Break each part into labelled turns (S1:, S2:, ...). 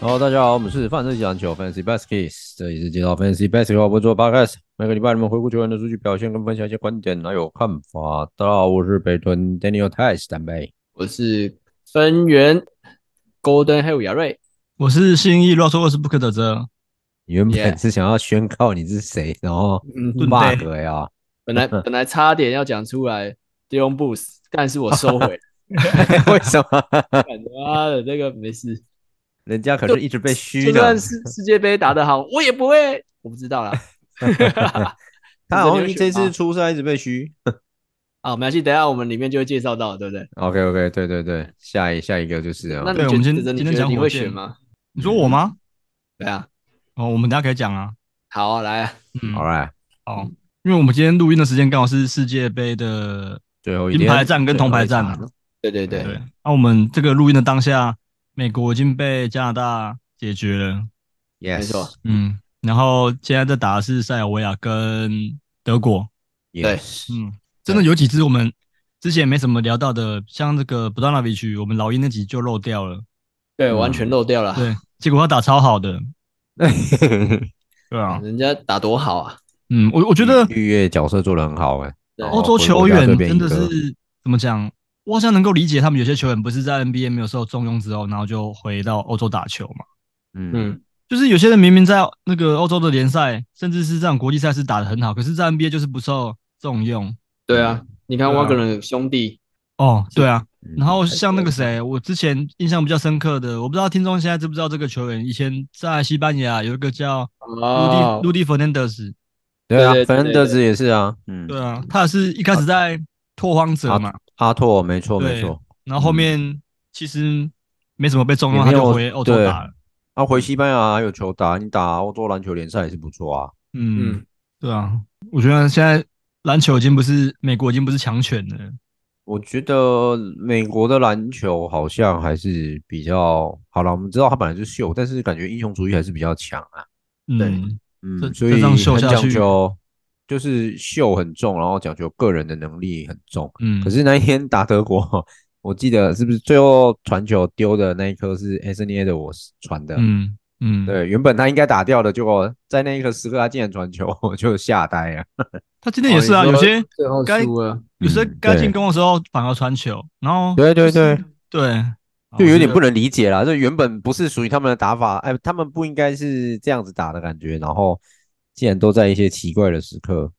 S1: 然后大家好，我们是范特西篮球 Fancy Baskets，这里是介绍 Fancy Basketball 播出的 Podcast。每个礼拜你们回顾球员的数据表现，跟分享一些观点还有看法。大家好，我是北屯 Daniel Tice 单杯。
S2: 我是分园 Golden Hill 亚瑞，
S3: 我是信义乱说二十不可的哲，
S1: 你原本
S2: Yeah
S1: 是想要宣告你是谁，然后
S2: 嗯，
S3: 对
S1: 骂个呀？
S2: 本来本来差点要讲出来 Dion Booth，但是我收 回，
S1: 为什么？
S2: 干妈的这个没事，
S1: 人家可是一直被
S2: 就
S1: 虚的
S2: 算，是世界杯打得好，我也不会，我不知道啦。
S1: 他好像这
S2: 你
S1: 次
S2: 们选吧
S1: 出赛一直被虚。
S2: 啊，没关系，等一下我们里面就会介绍到，对不对？
S1: OK OK，对对对，下一下一个就是啊
S2: 那你
S3: 对
S2: 觉
S3: 我们
S2: 得
S3: 今
S2: 你
S3: 今天
S2: 觉得
S3: 讲
S2: 你
S3: 火
S2: 会
S3: 箭
S2: 选吗？
S3: 你说我吗？
S2: 对啊，
S3: 哦，我们等一下可以讲啊。
S2: 好啊，来啊，
S3: 嗯，
S1: 好啦，
S3: 好，因为我们今天录音的时间刚好是世界杯的
S1: 最后一
S3: 银
S1: 天
S3: 牌战跟铜牌战
S1: 最后一
S3: 啊
S1: 场。
S2: 对对对，
S3: 对，那、我们这个录音的当下，美国已经被加拿大解决了。
S1: ，Yes，
S2: 没错
S3: 嗯，然后现在在打的是塞尔维亚跟德国。
S2: 对
S1: ，Yes，
S3: 嗯，真的有几支我们之前没什么聊到的，像这个 b o d a n o v i c 我们老鹰那集就漏掉了。
S2: 对，完全漏掉了。
S3: 嗯 对，结果他打超好的。对啊，
S2: 人家打多好啊！
S3: 嗯，我我觉得
S1: 绿叶角色做的很好哎、
S2: 对
S1: 然后
S3: 欧洲
S1: 回
S3: 球
S1: 国家
S3: 员
S1: 队变
S3: 真的
S1: 赢得
S3: 是怎么讲？我好像能够理解他们有些球员不是在 NBA 没有受重用之后，然后就回到欧洲打球嘛。
S1: 嗯，
S2: 嗯，
S3: 就是有些人明明在那个欧洲的联赛，甚至是这种国际赛事打得很好，可是，在 NBA 就是不受重用。
S2: 对啊，你看
S3: 对啊
S2: 瓦格伦兄弟，
S3: 哦，对啊。
S1: 嗯
S3: 然后像那个谁，我之前印象比较深刻的，我不知道听众现在知不知道这个球员，以前在西班牙有一个叫陆
S2: 哦
S3: 地，陆地 Fernandez，
S1: 对啊
S2: 对对对，
S1: 反正
S2: 对
S1: 德
S2: 对
S1: 子也是啊，嗯，
S3: 对啊，他也是一开始在拓荒者嘛，
S1: 阿拓没错
S3: 对
S1: 没错，
S3: 然后后面其实没怎么被重用，
S1: 嗯也
S3: 他
S1: 没有
S3: 就回欧洲打了。
S1: 他啊回西班牙还有球打，你打欧洲篮球联赛也是不错啊，
S3: 嗯，
S2: 嗯，
S3: 对啊，我觉得现在篮球已经不是美国已经不是强权了。
S1: 我觉得美国的篮球好像还是比较好了，我们知道他本来就秀，但是感觉英雄主义还是比较强啊，
S3: 嗯，这
S1: 嗯，
S3: 这
S1: 所以
S3: 这样
S1: 很
S3: 秀下
S1: 讲
S3: 去
S1: 究，就是秀很重，然后讲究个人的能力很重。
S3: 嗯，
S1: 可是那一天打德国，我记得是不是最后传球丢的那一颗是 S N A 的我传的，
S3: 嗯嗯，，
S1: 对，原本他应该打掉的，结果在那一个时刻他竟然传球，我就吓呆了。
S3: 他今天也是啊，
S2: 哦你
S3: 有
S2: 说
S3: 些
S2: 最后
S3: 该
S2: 输了，
S3: 有些
S1: 嗯
S3: 该
S1: 对
S3: 进攻的时候反而传球，然后
S1: 对对对，
S3: 对，
S1: 就有点不
S3: 能
S1: 能理解啦。这原本不是属于他们的打法，哎，他们不应该是这样子打的感觉，然后竟然都在一些奇怪的时刻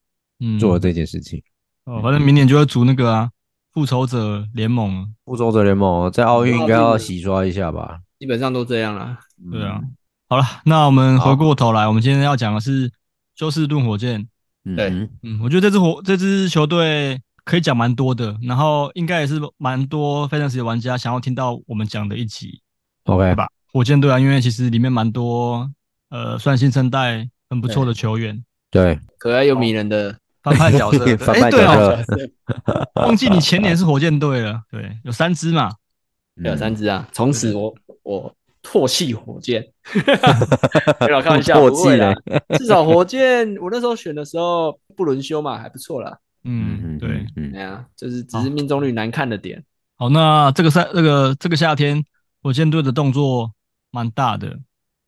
S1: 做了这件事情。
S3: 嗯哦，反正明年就会组那个啊复仇者联盟了。
S1: 复仇者联盟在奥运应该要洗刷一下吧？
S2: 基本上都这样啦。
S3: 对啊，
S1: 嗯
S3: 好了，那我们回过头来，我们今天要讲的是休斯顿火箭。
S1: 嗯，
S2: 对
S1: 嗯
S3: 嗯，我觉得这支火这支球队可以讲蛮多的，然后应该也是蛮多非常时的玩家想要听到我们讲的一集，
S1: ，OK
S3: 对吧？火箭队啊，因为其实里面蛮多呃算新生代很不错的球 员，
S1: 对，。
S2: 可爱又迷人的啊
S3: 反派角色
S1: 反派
S3: 哎对
S1: 角
S3: 哦，
S1: 色
S3: 忘记你前年是火箭队了，对，有三支嘛。
S2: 有三
S1: 嗯
S2: 只啊！从此我我唾弃火箭， 没有啦开玩笑，
S1: 唾
S2: 不会
S1: 弃
S2: 啦。至少火箭，我那时候选的时候不轮休嘛，还不错啦。
S3: 嗯，对。，
S1: 嗯
S2: 哎呀，就是只是命中率难看的点。
S3: 好，那这个赛这个这个夏天，火箭队的动作蛮大的。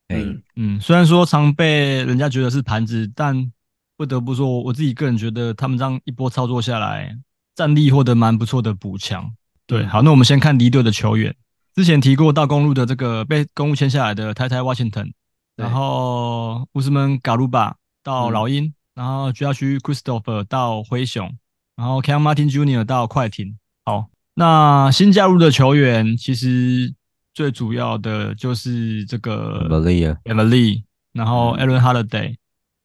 S1: 嗯，
S2: 嗯，
S3: 嗯，虽然说常被人家觉得是盘子，但不得不说，我自己个人觉得他们这样一波操作下来，战力获得蛮不错的补强。对，好，那我们先看离队的球员。之前提过到公路的这个被公路签下来的太太 Washington，
S2: 对
S3: 然后乌斯曼嘎鲁巴到老鹰，然后 Josh Christopher 到灰熊，然后 Cam Martin Jr. 到快艇。好，那新加入的球员，其实最主要的就是这个
S1: Malia，
S3: Emily，然
S1: 嗯
S3: 后 Aaron Holiday，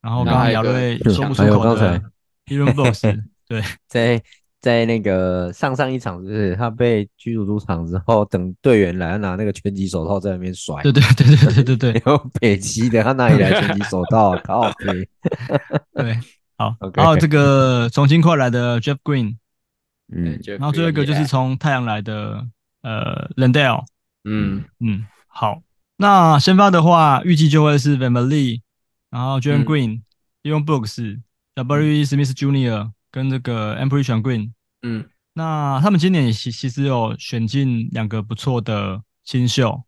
S3: 然后刚才姚瑞说不出
S1: 还有
S3: 口
S1: 刚才
S3: 的 Aaron Boss，对，
S1: 在在那个上上一场，就是他被驱逐出场之后，等队员来他拿那个拳击手套在那边甩，
S3: 对对对对对对对
S1: 然后北极的他哪里来拳击手套啊？靠 北！
S3: 对，好，
S1: OK
S3: 然后这个从金块来的 Jeff Green，
S1: 嗯，
S3: 然后最后一个就是从太阳来的呃 Landale，
S2: 嗯
S3: 嗯，好，那先发的话，预计就会是 Van v l e 然后 j o h n
S2: 嗯
S3: Green、Leon Brooks、W.
S1: 嗯
S3: E Smith Jr. 跟这个 e m p e r y s h a n Green。
S2: 嗯
S3: 那他们今年也其其实有选进两个不错的新秀，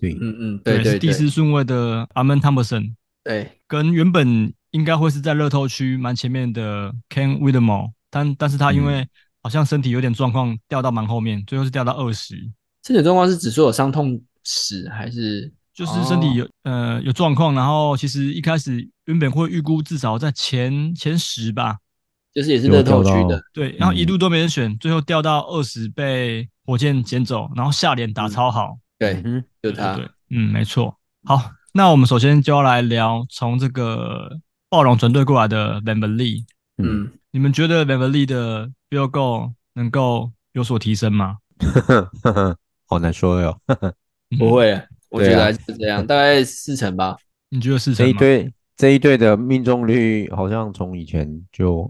S1: 对
S2: 嗯嗯，对
S3: 是
S2: 对
S3: 第
S2: 对
S3: 四顺位的 Amon Thompson，
S2: 对，
S3: 跟原本应该会是在热透区蛮前面的 Ken w i d m o r 但但是他因
S2: 嗯
S3: 为好像身体有点状况，掉到蛮后面，最后是掉到二十，
S2: 这种状况是指说有伤痛史还是
S3: 就是身
S2: 哦
S3: 体有、呃有状况，然后其实一开始原本会预估至少在前前十吧，
S2: 就是也是热透区
S1: 有掉
S2: 的
S1: 到？
S3: 对，然后一
S1: 嗯
S3: 度都没人选，最后掉到二十被火箭捡走，然后下联
S2: 嗯
S3: 打超好，
S2: 对，
S1: 嗯
S3: 对
S2: 就他
S3: 对，嗯，没错。好，那我们首先就要来聊从这个暴龙团队过来的 Van v l e
S1: 嗯，
S2: 嗯，
S3: 你们觉得 Van v l e 的 Bill Go 能够有所提升吗？ 嗯
S1: 好难说哟。
S2: 不会，我觉
S1: 对
S2: 得
S1: 啊
S2: 还是这样，大概四成吧。
S3: 你觉得是
S1: 这
S3: 什
S1: 一
S3: 么？
S1: 队这一队的命中率好像从以前就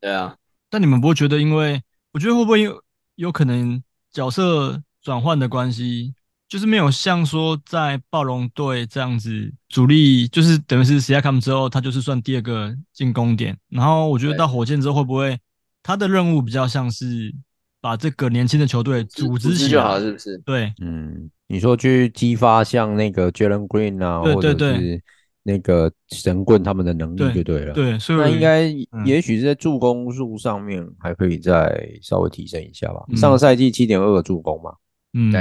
S2: 对啊，
S3: 但你们不会觉得，因为我觉得会不会有有可能角色转换的关系，就是没有像说在暴龙队这样子主力，就是等于是 s i a k a m 之后，他就是算第二个进攻点。然后我觉得
S2: 对
S3: 到火箭之后，会不会他的任务比较像是把这个年轻的球队组织起
S2: 就好，
S3: 来？
S2: 是不是？
S3: 对，
S1: 嗯，你说去激发像那个 Jalen Green 啊，
S3: 对
S1: 或者
S3: 对对
S1: 是那个神棍他们的能
S3: 对
S1: 力就对了。
S3: 对，所以
S1: 那
S3: 我
S1: 应该
S3: 嗯
S1: 也许是在助攻数上面还可以再稍微提升一下吧。
S3: 嗯
S1: 上个赛季七点二个助攻嘛，
S3: 嗯，
S2: 对，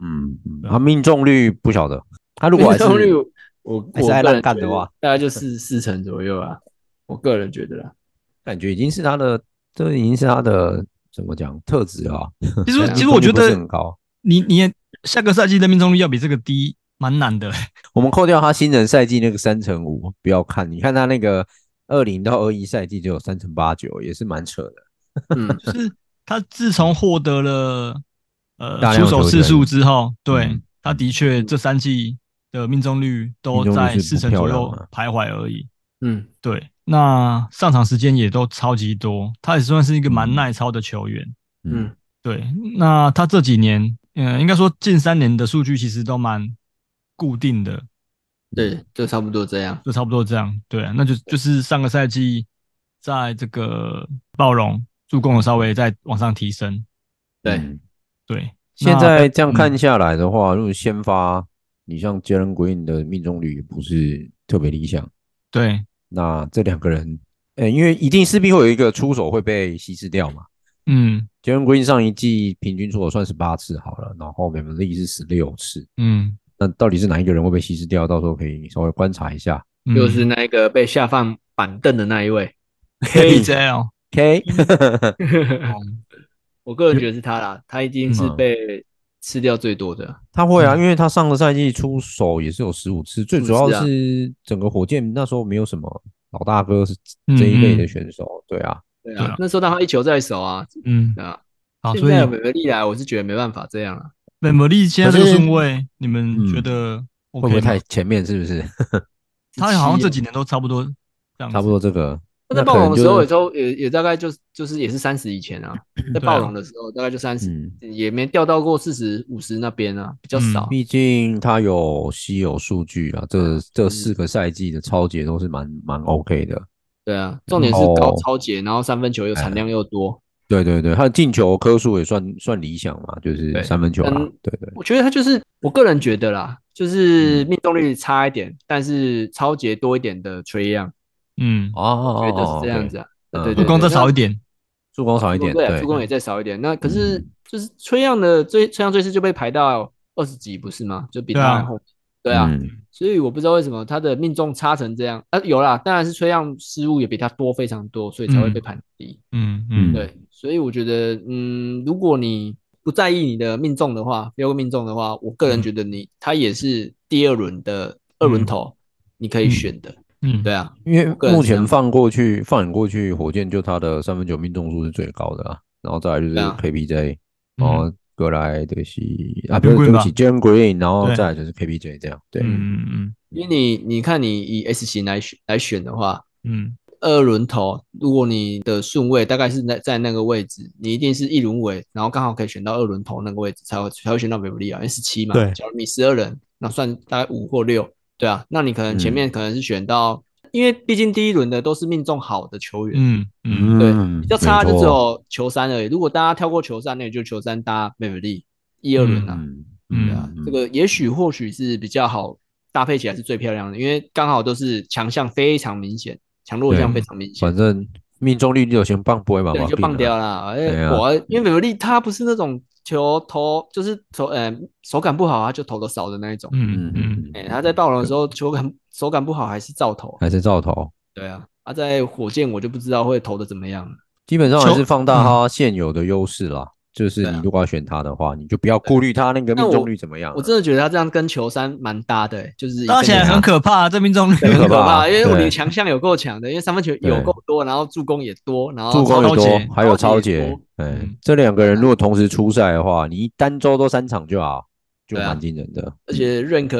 S1: 嗯，嗯
S3: 对
S1: 他命中率不晓得，他如果还
S2: 命中率
S1: 是
S2: 我我
S1: 还是
S2: 我
S1: 爱
S2: 个
S1: 烂
S2: 人
S1: 干
S2: 觉
S1: 的
S2: 得
S1: 话
S2: 大概就是四成左右啊。我个人觉得啦，
S1: 感觉已经是他的，这已经是他的怎么讲特质啊？
S3: 其实
S2: 对啊
S3: 其实我觉
S1: 命中率不是
S3: 得
S1: 很高。
S3: 你你也下个赛季的命中率要比这个低，蛮难的。
S1: 我们扣掉他新人赛季那个三乘五，不要看，你看他那个二零到二一赛季就有三乘八九，也是蛮扯的。
S2: 嗯，
S3: 就是他自从获得了
S1: 大
S3: 呃
S1: 量
S3: 出
S1: 的
S3: 手次数之后，
S1: 球
S3: 对、
S1: 权
S3: 他的确这三季的命中率都在四成左右徘徊而已。
S2: 嗯，
S3: 对，那上场时间也都超级多，他也算是一个蛮耐操的球员。
S2: 嗯，
S3: 对，那他这几年，嗯、应该说近三年的数据其实都蛮固定的，
S2: 对，就差不多这样。
S3: 就差不多这样。对啊、那就就是上个赛季在这个暴龙助攻有稍微再往上提升。
S2: 对，
S1: 嗯
S3: 对，
S1: 现
S3: 那
S1: 在这样看下来的话，如果先发，你像 Jalen Green 的命中率也不是特别理想，
S3: 对，
S1: 那这两个人，呃，因为一定势必会有一个出手会被稀释掉嘛。
S3: 嗯
S1: Jalen Green 上一季平均出手算十八次好了，然后 m e m l y 是十六次，
S3: 嗯，
S1: 那到底是哪一个人会被稀释掉？到时候可以稍微观察一下。
S3: 嗯
S2: 就是 那一个被下放板凳的那一位，
S1: 嗯
S3: KJ
S1: K，
S2: 我个人觉得是他啦，他一定是
S1: 嗯
S2: 被吃掉最多的。
S1: 他会啊，
S3: 嗯
S1: 因为他上个赛季出手也是有十五次，最主要是整个火箭那时候没有什么老大哥是这一类的选手，对啊，
S2: 对
S3: 对
S2: 啊
S3: 啊，
S2: 那时候他一球在手啊，
S3: 嗯，
S2: 对啊。
S3: 好，
S2: 现
S3: 所以
S2: 在美利来，我是觉得没办法这样了。啊
S3: 本伯利现在这
S1: 可
S3: 个
S1: 是
S3: 顺位，你们
S1: 嗯
S3: 觉得 OK
S1: 会不
S3: 吗
S1: 会太前面？是不是
S3: 他好像这几
S2: 17
S3: 年都差不多这样子，
S1: 差不多这个？
S2: 他在
S1: 那可
S2: 暴
S1: 能
S2: 龙的
S1: 就
S2: 时候
S1: 是
S2: 也都也也大概就是就是也是三十以前 啊，在
S3: 对啊
S2: 暴龙的时候大概就三十，
S1: 嗯，
S2: 也没掉到过四十五十那边啊，比较
S3: 嗯
S2: 少。
S1: 毕竟他有稀有数据啊，这这四个赛季的超节都是蛮蛮 OK 的。
S2: 对啊，重点是
S1: 后
S2: 高超解，然后三分球又
S1: 哎
S2: 产量又多。
S1: 对对对，他的进球颗数也算算理想嘛，就是
S2: 对
S1: 三分球啦
S2: 嗯。
S1: 对对，
S2: 我觉得他就是我个人觉得啦，就是
S1: 嗯
S2: 命中率差一点，但是超解多一点的崔样，
S3: 嗯，
S1: 哦，
S2: 觉得是这样
S1: 对
S2: 子，啊。
S1: 嗯
S2: 对对，
S3: 助攻再少一点，
S1: 助攻少一点，
S2: 对，啊
S1: 对，嗯
S2: 助攻也再少一点。那可是就是崔样的崔崔样最次就被排到二十几不是吗？就比
S3: 对啊
S2: 他还后面。对啊，
S1: 嗯
S2: 所以我不知道为什么他的命中差成这样啊，有啦，当然是崔样失误也比他多非常多，所以才会被
S3: 嗯
S2: 判低。
S3: 嗯嗯，
S1: 嗯
S2: 对，所以我觉得，嗯，如果你不在意你的命中的话，六个命中的话，我个
S3: 嗯
S2: 人觉得你他也是第二轮的二轮头，你可以选的。
S3: 嗯，
S2: 对啊，
S1: 因为
S2: 个人
S1: 目
S2: 是这
S1: 前
S2: 样
S1: 放过去放眼过去，火箭就他的三分球命中数是最高的啊，然后再来就是
S2: 对啊
S1: KPJ，
S3: 嗯
S1: 然后格莱德西
S3: Jalen
S1: 啊，不
S3: Green
S1: 是对不
S3: 吧
S1: 起 j a m Green，然后
S3: 对
S1: 再来就是 KPJ 这样，对，
S3: 嗯嗯
S2: 因为你你看你以 S 型来选来选的话，
S3: 嗯
S2: 二轮头，如果你的顺位大概是在在那个位置，你一定是一轮尾，然后刚好可以选到二轮头那个位置，才会才会选到维布利亚，因为十七嘛。
S3: 对
S2: 假如你十二人，那算大概五或六，对啊，那你可
S3: 嗯
S2: 能前面可能是选到，因为毕竟第一轮的都是命中好的球员，
S3: 嗯嗯
S2: 对，比较差就
S1: 没
S2: 只
S1: 错
S2: 有球三而已。如果大家跳过球三，那也就球三搭维布利一二轮啊，
S1: 嗯
S3: 嗯
S2: 对啊，这个也许或许是比较好搭配起来是最漂亮的，因为刚好都是强项非常明显，强弱项
S3: 对
S2: 非常明显
S1: 反。正命中率六成棒不会嘛，
S2: 对，就棒掉
S1: 了，
S2: 啦。
S1: 对
S2: 哎，
S1: 啊
S2: 我因为维利他不是那种球投就是投，呃，手感不好啊，就投的少的那一种。
S1: 啊
S3: 嗯嗯
S2: 哎，他在暴龙的时候球感手感不好还是照投。啊
S1: 还是照投，
S2: 对啊，他在火箭我就不知道会投的怎么样了。
S1: 基本上还
S3: 球
S1: 是放大他现有的优势啦。就是
S2: 嗯对
S1: 你
S2: 啊
S1: 如果要选他的话，你就不要顾虑他那个
S2: 那
S1: 命中
S2: 我
S1: 率怎么样啊。
S2: 我真的觉得他这样跟球三蛮搭的、哎就是一
S3: 搭起来
S2: 个
S3: 很可怕，这命中率
S1: 对
S2: 很
S1: 很
S2: 可
S1: 可怕啊
S2: 怕，因为我
S1: 对
S2: 的强项有够强的，因为三分球有够多，然后助攻也多，然后
S1: 助攻
S3: 超
S1: 也
S3: 级
S1: 多，还有超
S2: 超级也
S1: 节
S2: 多，
S1: 哎
S3: 嗯，
S1: 这两个人如果同时出赛的话，你一单周都三场就好，就
S2: 对啊
S1: 蛮惊人的。
S2: 而且 rank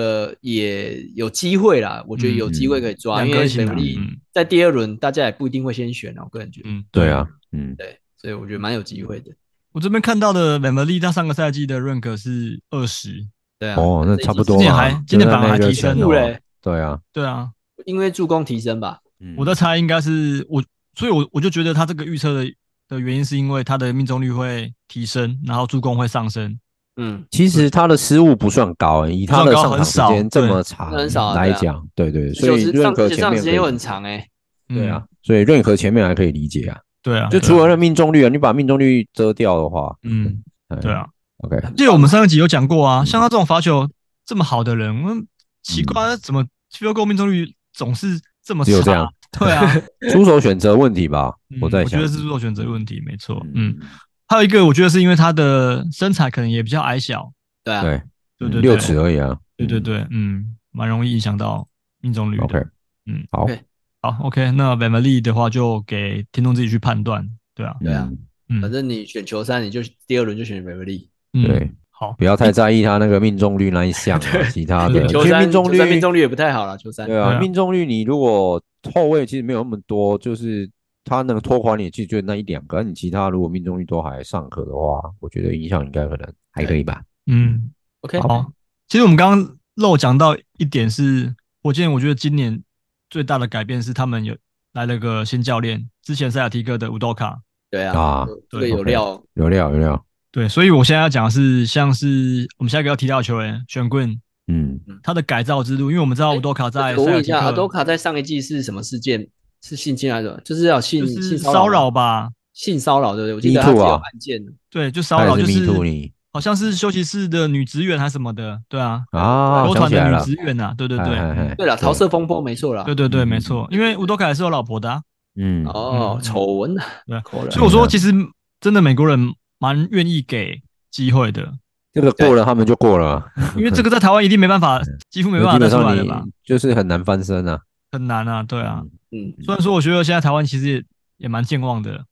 S2: 也有机会啦，我觉得有机会可以
S1: 嗯
S2: 抓，
S3: 两
S2: 因
S3: 颗
S2: 为
S3: 星
S2: 美
S3: 啊
S2: 弗利
S3: 嗯
S2: 在第二轮大家也不一定会先选啊，我个人觉得，
S3: 嗯，
S1: 对啊，嗯，
S2: 对，所以我觉得蛮有机会的，
S3: 我这边看到的 m e m o r y 他上个赛季的 rank 是二十，
S2: 对啊，
S1: 哦，那差不多
S3: 今年
S1: 嘛
S3: 还
S1: 就
S3: 今年
S1: 在
S3: 反而
S1: 那
S3: 还
S1: 个
S3: 提升
S1: 前
S3: 了
S1: 后啊
S2: 嘞
S1: 对啊，
S3: 对啊，
S2: 因为助攻提升吧，
S1: 嗯
S3: 我在猜应该是我，所以我我就觉得他这个预测的的原因是因为他的命中率会提升，然后助攻会上升，
S2: 嗯，
S1: 其实他的失误不算高，哎以他
S3: 不
S1: 的
S3: 算高
S1: 上场时
S3: 很
S1: 间
S3: 少
S1: 这么长
S2: 对很少啊
S1: 来
S2: 对啊
S1: 讲，对对，所
S2: 就
S1: 以
S2: 是
S1: 任
S2: 上
S1: 何
S2: 而且
S1: 前
S2: 上
S1: 面
S2: 时
S1: 可
S2: 间
S1: 以
S2: 又很长哎、
S1: 对
S3: 嗯
S1: 啊，，所以任何前面还可以理解啊。
S3: 对啊，
S1: 就
S3: 对啊
S1: 除了那命中率啊，你把命中率遮掉的话，
S3: 嗯，
S1: 哎
S3: 对啊，
S1: ，OK，
S3: 记得我们上一集有讲过啊，像他这种罚球这么好的人，我们奇怪怎么 field goal 命中率总是这么
S1: 嗯只有这样
S3: 差？对 啊，
S1: 出手选择问题吧
S3: 嗯，
S1: 我在
S3: 我觉
S1: 想，
S3: 得是做选择问题，没错，嗯，，还有一个我觉得是因为他的身材可能也比较矮小，
S2: 对啊，
S1: 对，
S3: 对对对，
S1: 六尺而已啊，
S3: 对对对，嗯，蛮容易影响到命中率的。
S1: ，OK，
S3: 嗯
S1: 好，
S2: OK
S3: 好，OK，那 v a m i l y 的话就给听众自己去判断，对啊，
S2: 对啊
S1: 嗯，
S3: 嗯，
S2: 反正你选球三，你就第二轮就选美弗利，
S3: 嗯
S1: 对，
S3: 好，
S1: 不要太在意他那个命中率那一项 啊，其他的
S3: 对
S1: 其
S2: 球
S1: 实
S2: 三
S1: 命中
S2: 球三
S1: 率
S2: 命，中率也不太好了，球三，
S1: 对
S3: 对
S1: 啊，
S3: 啊
S1: 命中率你如果后卫其实没有那么多，就是他能拖垮你，其实就那一两个，你其他如果命中率都还上可的话，我觉得影响应该可能还可以吧。
S3: 嗯，
S2: ，OK，
S3: 好。其实我们刚刚漏讲到一点是，火箭我觉得今年最大的改变是他们有来了个新教练，之前塞尔提克的乌多卡，
S2: 对啊
S1: 啊，
S2: 这个有
S1: 对
S2: 料，
S1: 有料有料，
S3: 对，所以我现在要讲的是像是我们下一个要提到的球员选棍，
S1: 嗯，
S3: 他的改造之路，因为我们知道
S2: 哎
S3: 乌多卡在塞
S2: 我问
S3: 尔
S2: 一
S3: 提
S2: 下，阿多
S3: 克
S2: 卡在上一季是什么事件？是性侵还是什么？就是要性
S3: 就是
S2: 性
S3: 骚
S2: 扰
S3: 扰
S2: 吗，
S3: 吧，
S2: 性骚扰对不对？我记
S1: Me
S2: 得他是
S1: too
S2: 有
S1: 啊
S2: 案件的，
S3: 对，就骚
S1: 他
S3: 扰就
S1: 也是
S3: 是
S1: me too 你
S3: 好像是休息室的女职员还是什么的，对啊，
S1: 啊，
S3: 国
S1: 想
S3: 团
S1: 起
S3: 的
S1: 来
S3: 女
S1: 了，
S3: 职员呐，对对
S1: 哎哎
S3: 对
S1: 哎，
S2: 对了，桃色风波没错啦。
S3: 对对对，
S1: 嗯
S3: 没错，因为乌多凯是有老婆的啊，
S1: 嗯，
S2: 哦
S3: 嗯，
S2: 丑闻啊，
S3: 对
S2: 口
S3: 所以
S1: 哎
S3: 我说其实真的美国人蛮愿意给机会的，
S1: 这个过了他们就过了，
S3: 因为这个在台湾一定没办 法，几乎没办法再
S1: 基本
S3: 出来
S1: 上
S3: 了
S1: 你
S3: 吧，
S1: 就是很难翻身啊。
S3: 很难啊，对啊，
S2: 嗯，
S3: 虽然说我觉得现在台湾其实也也蛮健忘的，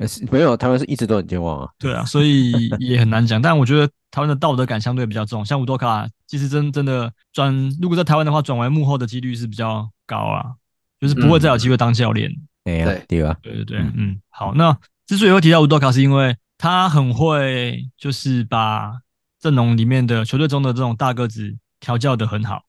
S1: 呃是没有，台湾是一直都很健忘啊。
S3: 对啊，所 以也很难讲。但我觉得台湾的道德感相对比较重，像乌多卡，其实真真的转，如果在台湾的话，转为幕后的几率是比较高啊，就是不会再有
S1: 嗯
S3: 机会当教练。
S1: 哎呀
S2: 对，
S1: 对吧？
S3: 对对对，
S1: 嗯
S3: 嗯，好。那之所以会提到乌多卡，是因为他很会，就是把阵容里面的球队中的这种大个子调教的很好。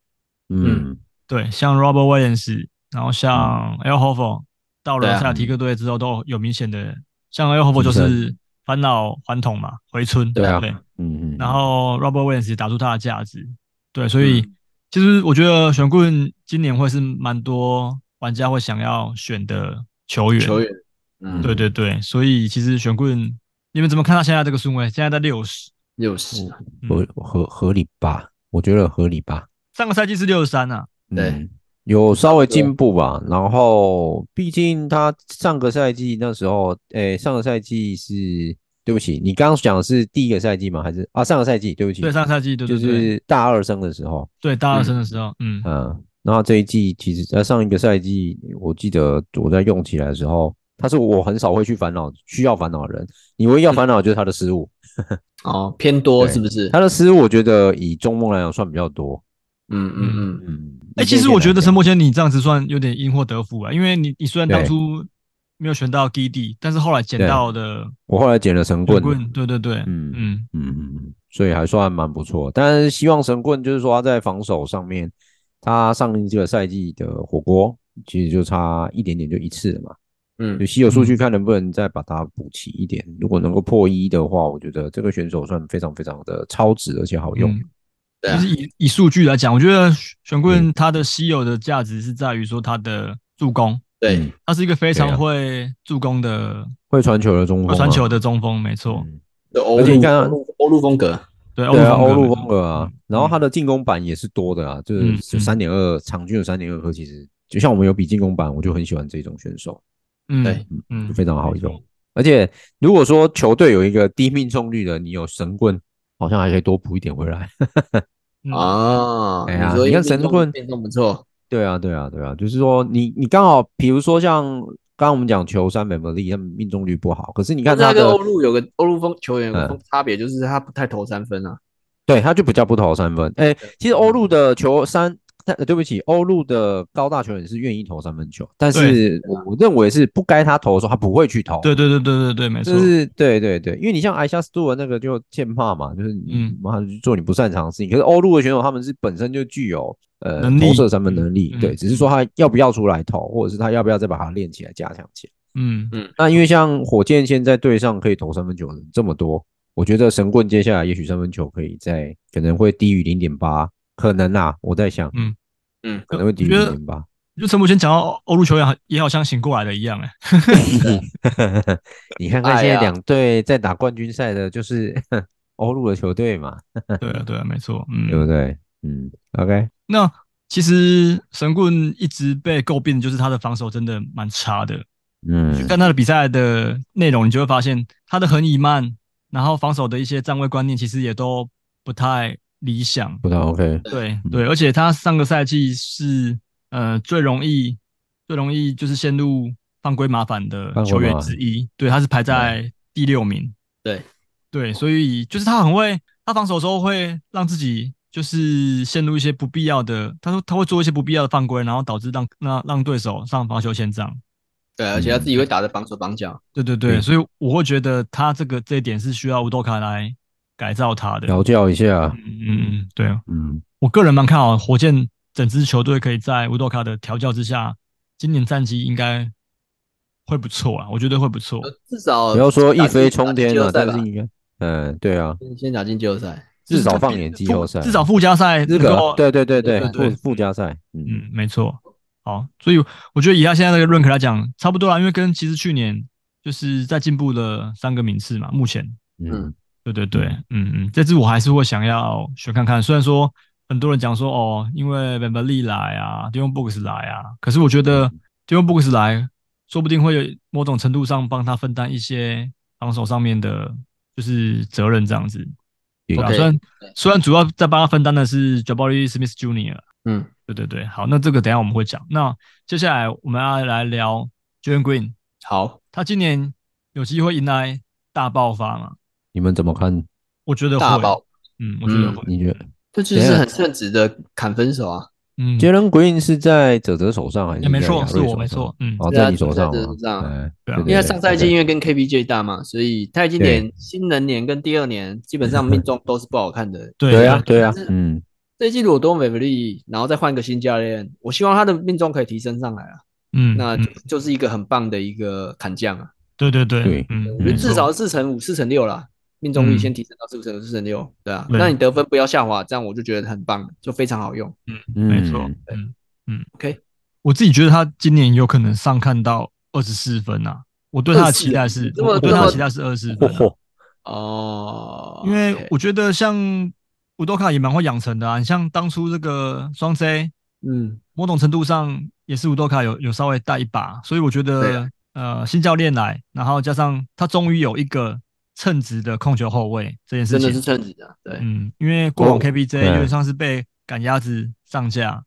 S1: 嗯，
S3: 对，像 Robert Williams，然后像 El h o f o 到
S2: 对
S3: 了
S2: 啊
S3: 塞尔提克队之后都有明显的，像 El h o f o 就
S1: 提
S3: 是返老还童嘛，回春，
S1: 对啊
S3: 对。
S1: 嗯嗯，
S3: 然后 Robert Williams 也打出他的价值，对，所以其实我觉得选棍今年会是蛮多玩家会想要选的球员，
S2: 球员，嗯，
S3: 对对对，所以其实选棍，你们怎么看他现在这个顺位？现在在六十，
S2: 六十，
S1: 哦
S3: 嗯
S1: 合合合理吧，我觉得合理吧。
S3: 上个赛季是六十三啊，
S2: 对
S1: 嗯有稍微进步吧。然后，毕竟他上个赛季那时候，诶，上个赛季是对不起，你刚刚讲的是第一个赛季吗？还是啊，上个赛季？对不起，
S3: 对，上个赛季对
S1: 就
S3: 对对、
S1: 是大二生的时候，
S3: 对大二生的时候，嗯，
S1: 嗯。然后这一季其实，在上一个赛季，我记得我在用起来的时候，他是我很少会去烦恼、需要烦恼的人。你唯一要烦恼的就是他的失误，
S2: 哦，偏多
S1: 对
S2: 是不是？
S1: 他的失误我觉得以中梦来讲算比较多。
S2: 嗯嗯嗯，
S1: 嗯，
S3: 哎、
S1: 以
S3: 其实
S1: 这一点
S3: 我觉
S1: 来
S3: 得
S1: 讲
S3: 陈柏谦你这样子算有点因祸得福啊，因为你你虽然当
S1: 对
S3: 初没有选到低地，但是后来捡
S1: 对
S3: 到的
S1: 我后来捡了神棍，
S3: 棍，对对对，
S1: 嗯嗯
S3: 嗯，
S1: 嗯嗯，所以还算蛮不错。但是希望神棍就是说他在防守上面，他上一个赛季的火锅其实就差一点点就一次了嘛。
S2: 嗯
S1: 就稀有数据看能不能再把它补齐一点。如果能够破一的话，我觉得这个选手算非常非常的超值而且好用。
S3: 嗯
S2: 对啊
S3: 其实以以数据来讲，我觉得选
S1: 嗯
S3: 棍他的稀有的价值是在于说他的助攻，
S1: 嗯
S2: 对，
S3: 他是一个非
S1: 对
S3: 常
S1: 啊
S3: 会助攻的、
S1: 会传球的中锋、啊，
S3: 会传球的中锋，没错，
S1: 嗯
S2: 就欧
S1: 而且
S2: 陆
S1: 你看
S2: 欧陆欧陆风格，
S3: 对，
S1: 对啊，
S3: 欧
S1: 欧
S3: 陆
S1: 陆
S3: 风
S1: 风
S3: 格
S1: 格啊，然后他的进攻板也是多的啊，就
S3: 嗯
S1: 是就
S3: 嗯
S1: 三点二，场均有三点二颗，其实就像我们有比进攻板，我就很喜欢这种选手，
S3: 嗯，
S2: 对
S3: 嗯
S1: 就，非常好
S3: 没错
S1: 用。而且如果说球队有一个低命中率的，你有神棍，好像还可以多补一点回来。
S3: 嗯
S2: 啊，
S1: 哎呀
S2: 说
S1: 你看
S2: 运动
S1: 神棍
S2: 运动不错，
S1: 对啊，对啊，对啊，就是说你你刚好，比如说像刚刚我们讲球三美门利，他们命中率不好，可是你看
S2: 但是
S1: 他
S2: 他跟
S1: 的，
S2: 欧陆有个欧陆风球员有个
S1: 嗯
S2: 风差别，就是他不太投三 分啊。
S1: 对，他就比较不投三分。哎、其实欧陆的球三，呃对不起，欧陆的高大球员是愿意投三分球，但是我我认为是不该他投的时候，他不会去投。
S3: 对对对对对对，没错
S1: 就，是对对对，因为你像艾夏斯杜文那个就欠骂嘛，就是你
S3: 嗯
S1: 妈、去做你不擅长的事情。可是欧陆的选手他们是本身就具有呃
S3: 能力
S1: 投射三分能力，
S3: 嗯
S1: 对，只是说他要不要出来投，或者是他要不要再把它练起来加强起来。
S3: 嗯，
S1: 那因为像火箭现在队上可以投三分球的人这么多，我觉得神棍接下来也许三分球可以在可能会低于零点八，可能啊，我在想，
S3: 嗯
S2: 嗯
S1: 可能会低于
S3: 我觉
S1: 零
S3: 得
S1: 点八。
S3: 就陈柏谦讲到欧陆球员好也好像醒过来了一样，哎，
S1: 你看
S2: 哎
S1: 看
S2: 呀
S1: 现在两队在打冠军赛的，就是 欧陆的球队嘛，
S3: 对啊对啊，没错，
S1: 嗯对不
S3: 嗯，
S1: 对？嗯，OK，
S3: 那其实神棍一直被诟病的就是他的防守真的蛮差的，
S1: 嗯，
S3: 但他的比赛的内容，你就会发现他的横移慢，然后防守的一些站位观念，其实也都不太理想。
S2: 嗯
S1: 不太 OK，
S3: 对对，而且他上个赛季是呃最容易最容易就是陷入犯规麻烦的
S1: 犯规
S3: 球员
S1: 麻烦
S3: 之一，对，他是排在第六名。
S2: 对
S3: 对，所以就是他很会，他防守的时候会让自己就是陷入一些不必要的，他说他会做一些不必要的犯规，然后导致让让让对手上罚球线这样。
S2: 对，而且他自己会打得绑手绑脚。
S3: 对对对，
S1: 嗯
S3: 所以我会觉得他这个这一点是需要乌多卡来改造他的。
S1: 调教一下，
S3: 嗯嗯嗯，对啊，
S1: 嗯
S3: 我个人蛮看好火箭整支球队可以在乌多卡的调教之下，今年战绩应该会不错啊，我觉得会不错。
S2: 至少
S1: 不要说一飞冲天了，
S2: 打
S1: 但
S2: 进季后赛吧
S1: 是应该，嗯，对啊，
S2: 先打进季后赛。
S1: 至少放眼季后赛，
S3: 至少附加赛
S1: 资
S3: 能
S1: 格
S3: 够，
S1: 对对对对
S2: 对，
S3: 对
S1: 附附加赛，嗯
S3: 嗯，没错。好，所以我觉得以他现在这个 rank 来讲，差不多啦，因为跟其实去年就是在进步了三个名次嘛，目前
S1: 嗯
S3: 对对对，嗯嗯，这支我还是会想要选看看。虽然说很多人讲说哦，因为 b e m b e l y 来啊 d i o n Books 来啊，可是我觉得
S2: 嗯
S3: d i o n Books 来，说不定会有某种程度上帮他分担一些防守上面的，就是责任这样子。对啊，
S2: OK
S3: 虽然
S2: 对
S3: 虽然主要在帮他分担的是 Jabari Smith Jr.，
S2: 嗯，
S3: 对对对，好，那这个等一下我们会讲。那接下来我们要来聊 j a n Green，
S2: 好，
S3: 他今年有机会迎来大爆发吗？
S1: 你们怎么看？
S3: 我觉得会
S2: 大爆，
S3: 嗯，我觉得
S2: 嗯
S3: 会。
S1: 你觉得
S2: 这就是很称职的砍分手啊。
S3: 嗯，
S1: 杰伦 Green 是在泽泽手上还是
S3: 也没
S1: 在
S3: 错，
S1: 亚
S3: 是
S1: 瑞手
S3: 我
S1: 上
S3: 没错，，嗯，
S1: 哦，
S2: 对啊
S1: 在你手上
S2: 在
S1: 嘛
S2: 泽泽手上
S1: 哎
S3: 对啊
S1: 对对对
S2: 因为上赛季
S1: OK
S2: 因为跟 KP 最大嘛，所以他已经连新人年跟第二年基本上命中都是不好看的。
S3: 对
S1: 对啊对啊
S2: 但是，
S1: 嗯，
S2: 这一季如果多美弗利，然后再换个新教练，我希望他的命中可以提升上来啊，
S3: 嗯，
S2: 那
S3: 嗯
S2: 就就是一个很棒的一个砍将啊。
S3: 对对对，
S1: 对
S3: 嗯，
S2: 我觉
S3: 没
S2: 得至
S3: 错
S2: 少四成五、四成六啦，命中率
S3: 嗯
S2: 先提升到四成五、四成六，对啊，
S3: 对
S2: 那你得分不要下滑，这样我就觉得很棒，就非常好用。
S3: 没错
S1: 嗯，
S3: 嗯嗯
S2: OK
S3: 我自己觉得他今年有可能上看到二十四分啊，我对他的期待是
S2: 24，这么
S3: 我对他的
S2: 这么
S3: 期待是二十
S1: 嚯
S3: 分啊、
S1: 嚯，
S2: 哦，
S3: 因
S2: OK
S3: 为我觉得像乌多卡也蛮会养成的啊，你像当初这个双 J
S2: 嗯，
S3: 某种程度上也是五斗卡有有稍微带一把，所以我觉
S2: 对
S3: 得
S2: 啊
S3: 呃新教练来，然后加上他终于有一个称职的控球后卫这件事
S2: 真的
S3: 情，
S2: 是称职的，对
S3: 嗯，因为过往
S1: 哦
S3: KBJ
S1: 对
S3: 基本上是被赶鸭子上架，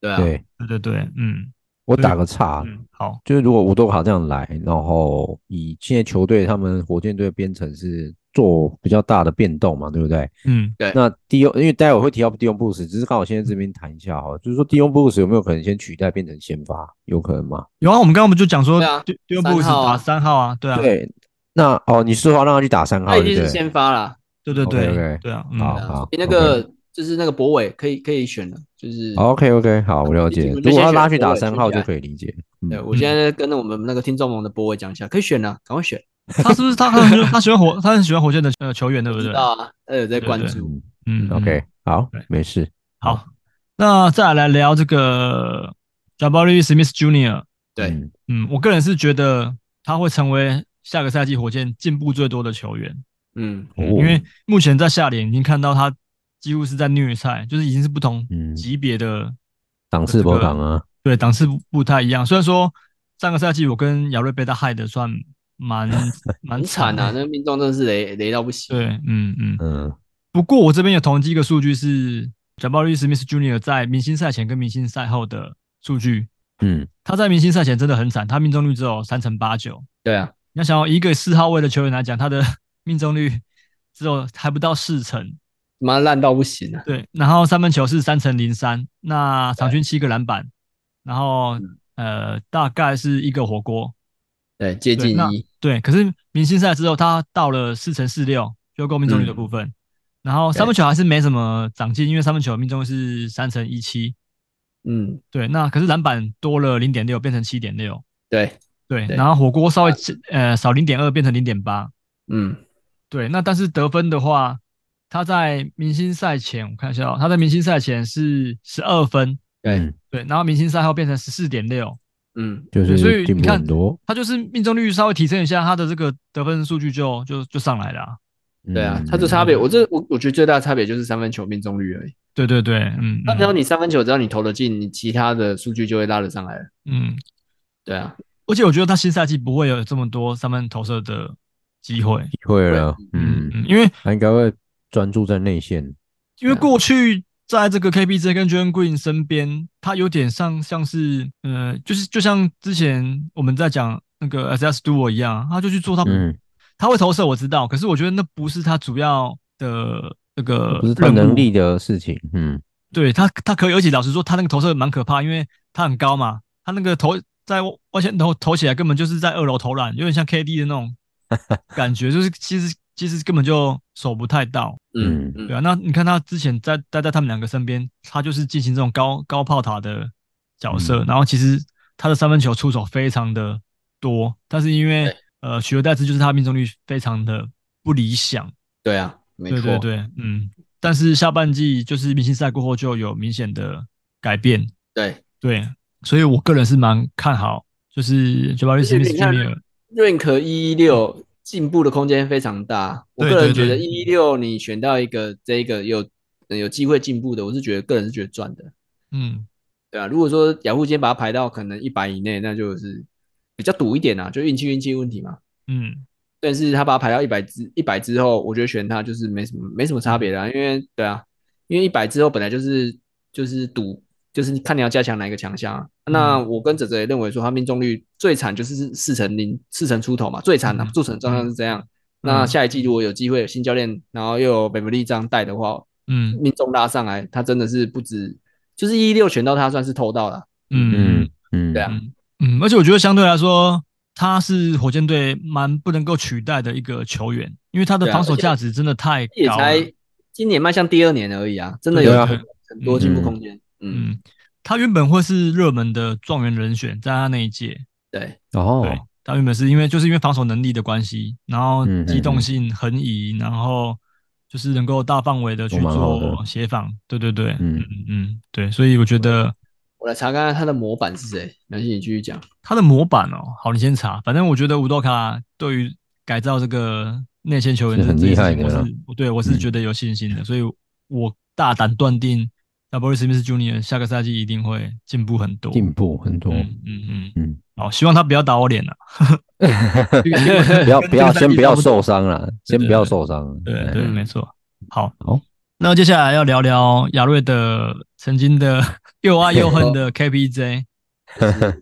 S2: 对啊，
S1: 对
S3: 对对对，嗯
S1: 我打个岔，啊
S3: 嗯，好，
S1: 就是如果五斗卡这样来，然后以现在球队他们火箭队的编程是做比较大的变动嘛，对不对？
S3: 嗯
S2: 对
S1: 那迪欧，因为待会会提到迪翁布鲁斯，只是刚好现在这边谈一下哈，就是说迪翁布鲁斯有没有可能先取代变成先发，有可能吗？
S3: 有啊，我们刚刚不就讲说
S2: 对啊
S3: 丢丢布鲁斯
S2: 三号啊
S3: 打三号啊，对啊，
S1: 对，那哦，你是说让他去打三号，
S2: 他
S1: 对
S2: 已
S1: 不
S2: 经
S1: 对
S2: 是？先发了，
S3: 对对对
S1: OK，OK
S3: 对啊，
S1: 好
S3: 嗯，
S2: 比那个就是那个博伟可以可以选了，就是，
S1: OK OK，好，我了
S2: 你
S1: 解。
S2: 们
S1: 如
S2: 就
S1: 果
S2: 先
S1: 要
S2: 选
S1: 拉去
S2: 博
S1: 打
S2: 伟
S1: 三
S2: 先
S1: 号
S2: 起
S1: 就
S2: 来
S1: 可以理解。
S2: 对
S1: 嗯，
S2: 我现在跟着我们那个听众盟的博伟讲一下，可以选了，赶快选，
S3: 他是不是他很喜欢他喜欢火他很喜欢火箭的呃球员，对不
S2: 不知
S3: 对？
S2: 道啊，他有在关
S3: 对
S2: 注，
S3: 嗯
S1: 嗯
S3: 嗯
S1: OK，好
S3: 对，
S1: 没事。
S3: 好，那再来聊这个 W. Smith Jr.
S2: 对
S1: 嗯
S3: 嗯，我个人是觉得他会成为下个赛季火箭进步最多的球员，
S2: 嗯，
S1: 哦
S3: 因为目前在下联已经看到他几乎是在虐菜，就是已经是不同
S1: 嗯
S3: 级别的，
S1: 档次不档啊，
S3: 对档次不不太一样。虽然说上个赛季我跟亚瑞被他害的算蛮 蛮
S2: 很惨啊，
S3: 的，
S2: 那个命中真的是雷雷到不行，
S3: 对，嗯嗯。
S1: 嗯
S3: 不过我这边有统计一个数据是 j a b a r i Smith Jr. 在明星赛前跟明星赛后的数据，
S1: 嗯，
S3: 他在明星赛前真的很惨，他命中率只有三成八九。
S2: 对啊，
S3: 你要想要一个四号位的球员来讲，他的 命中率只有还不到四成，
S2: 妈烂到不行啊，
S3: 对。然后三分球是三成零三，那场均七个篮板，然后呃大概是一个火锅，
S2: 对，接
S3: 对
S2: 近
S3: 那
S2: 一，
S3: 对。可是明星赛之后，他到了四成四六，就够命中率的部分。然后三分球还是没什么长进，因为三分球命中率是三成一七，
S2: 嗯，
S3: 对。那可是篮板多了零点六，变成七点六，
S2: 对，
S3: 对，
S2: 对
S3: 然后火锅稍微呃少零点二变成零点八，
S2: 嗯，
S3: 对，那但是得分的话，他在明星赛前我看一下、哦，他在明星赛前是十二分，
S2: 对
S1: 嗯，
S3: 对，然后明星赛后变成十四点六，
S2: 嗯，
S1: 就
S3: 对所以
S1: 是进
S3: 你
S1: 步
S3: 看
S1: 很多。
S3: 他就是命中率稍微提升一下，他的这个得分数据就就就上来了啊、
S2: 对啊
S1: 嗯，
S2: 他这差别，我这我我觉得最大的差别就是三分球命中率而已。
S3: 对对对，嗯
S2: 那只要
S3: 嗯
S2: 你三分球，只要你投得进，你其他的数据就会拉得上来了。
S3: 嗯，
S2: 对啊，
S3: 而且我觉得他新赛季不会有这么多三分投射的机会，
S1: 体会了，嗯，
S3: 嗯，因为
S1: 他应该会专注在内线。
S3: 因
S1: 啊
S3: 为过去在这个 KPJ 跟 Jalen Green 身边，他有点像像是呃，就是就像之前我们在讲那个 SS Duo 一样，他就去做他、
S1: 嗯，
S3: 他会投射，我知道，可是我觉得那不是他主要的那个
S1: 不是他
S3: 任务
S1: 能，力的事情。嗯，
S3: 对他他可以，而且老实说，他那个投射蛮可怕，因为他很高嘛，他那个投在外线投投起来根本就是在二楼投篮，有点像 KD 的那种感觉，就是其实其实根本就手不太到。
S2: 嗯
S1: 嗯
S3: 对
S2: 嗯，
S3: 啊，那你看他之前在待在他们两个身边，他就是进行这种高高炮塔的角
S2: 嗯
S3: 色，然后其实他的三分球出手非常的多，但是因为
S2: 对
S3: 呃取而代之就是他的命中率非常的不理想，
S2: 对啊，没
S3: 对
S2: 错
S3: 对，对，嗯，但是下半季就是明星赛过后就有明显的改变，
S2: 对。
S3: 对，所以我个人是蛮看好，就是九八六 Smith
S2: 你看
S3: Junior，
S2: rank 一一六进步的空间非常大，我
S3: 对
S2: 个人
S3: 对
S2: 觉
S3: 对
S2: 得一一六你选到一个这一个有有机会进步的，我是觉得个人是觉得赚的。
S3: 嗯，
S2: 对啊，如果说雅虎今天把它排到可能一百以内，那就是比较赌一点啊，就运气运气问题嘛。
S3: 嗯，
S2: 但是他把它排到一百之一百之后，我觉得选他就是没什么没什么差别啦，因为对啊，因为一百之后本来就是就是赌，就是看你要加强哪一个强项啊。那我跟哲哲也认为说，他命中率最惨就是四成零四成出头嘛，最惨的啊
S3: 嗯
S2: 做成状况是这样。那下一季如果有机会有新教练，然后又有北美利这样带的话，
S3: 嗯
S2: 命中拉上来，他真的是不止，就是一六选到他算是偷到了。
S3: 嗯嗯
S1: 嗯。嗯，
S2: 对啊
S3: 嗯，而且我觉得相对来说，他是火箭队蛮不能够取代的一个球员，因为他的
S2: 对啊
S3: 防守
S2: 而且
S3: 价值真的太
S2: 也
S3: 高了。
S2: 才今年迈向第二年而已啊，真的有
S1: 对啊
S2: 很很多进步空间。嗯，
S3: 嗯，他原本会是热门的状元人选，在他那一届，
S2: 对，
S1: 哦，
S3: 对，他原本是因为就是因为防守能力的关系，然后
S1: 嗯嗯
S3: 机动
S1: 嗯
S3: 性、横移，然后就是能够大范围的去
S1: 都蛮好
S3: 做
S1: 的
S3: 协防。对对对，
S1: 嗯
S3: 嗯嗯，对，所以我觉得
S2: 我来查看看他的模板是谁。南希，你继续讲。
S3: 他的模板哦，好，你先查。反正我觉得五斗卡对于改造这个内线球员
S1: 是很
S3: 这件
S1: 厉
S3: 事
S1: 害
S3: 情
S1: 的啦啊
S3: 我是对我是
S1: 嗯
S3: 觉得有信心的，所以我大胆断定 Double Smith Junior 下个赛季一定会进步很多。
S1: 进步很多。
S3: 嗯 嗯嗯
S1: 嗯
S3: 嗯，好，希望他不要打我脸了。啊
S1: 不要不要，先不要受伤了，
S3: 对对
S1: 先不要受伤。
S3: 对
S1: 哎
S3: 对，
S2: 嗯
S3: 没错。好，
S1: 好，
S3: 那接下来要聊聊亚瑞的曾经的 又爱又恨 的 KPJ。
S1: 嗯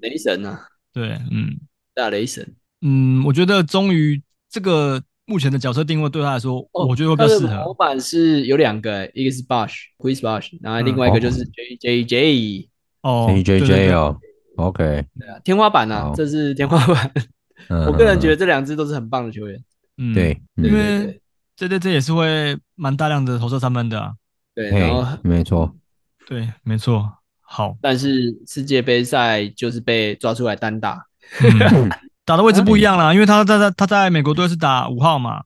S2: 雷神啊，
S3: 对，嗯
S2: 大雷神，
S3: 嗯，我觉得终于这个目前的角色定位对他来说，
S2: 哦
S3: 我觉得会比
S2: 他
S3: 较
S2: 的
S3: 适
S2: 模
S3: 合。
S2: 板是有两个、一个是 Bosch Chris Bosch，
S3: 嗯
S2: 然后另外一个就是 J J J，、
S3: 哦对
S1: J J
S3: 对
S1: J
S3: 对
S1: 哦，OK，
S2: 对啊，天花板啊
S1: 好，
S2: 这是天花板。
S1: 嗯
S2: 我个人觉得这两支都是很棒的球员，
S3: 嗯，
S1: 对，
S3: 因
S1: 嗯，
S2: 对
S3: 为这对这也是会蛮大量的投射三分的啊。
S2: 对，然后
S1: 嘿，没错，
S3: 对，没错。 好，
S2: 但是世界杯赛就是被抓出来单打，
S3: 嗯打的位置不一样啦，因为他在他他在美国队是打五号嘛，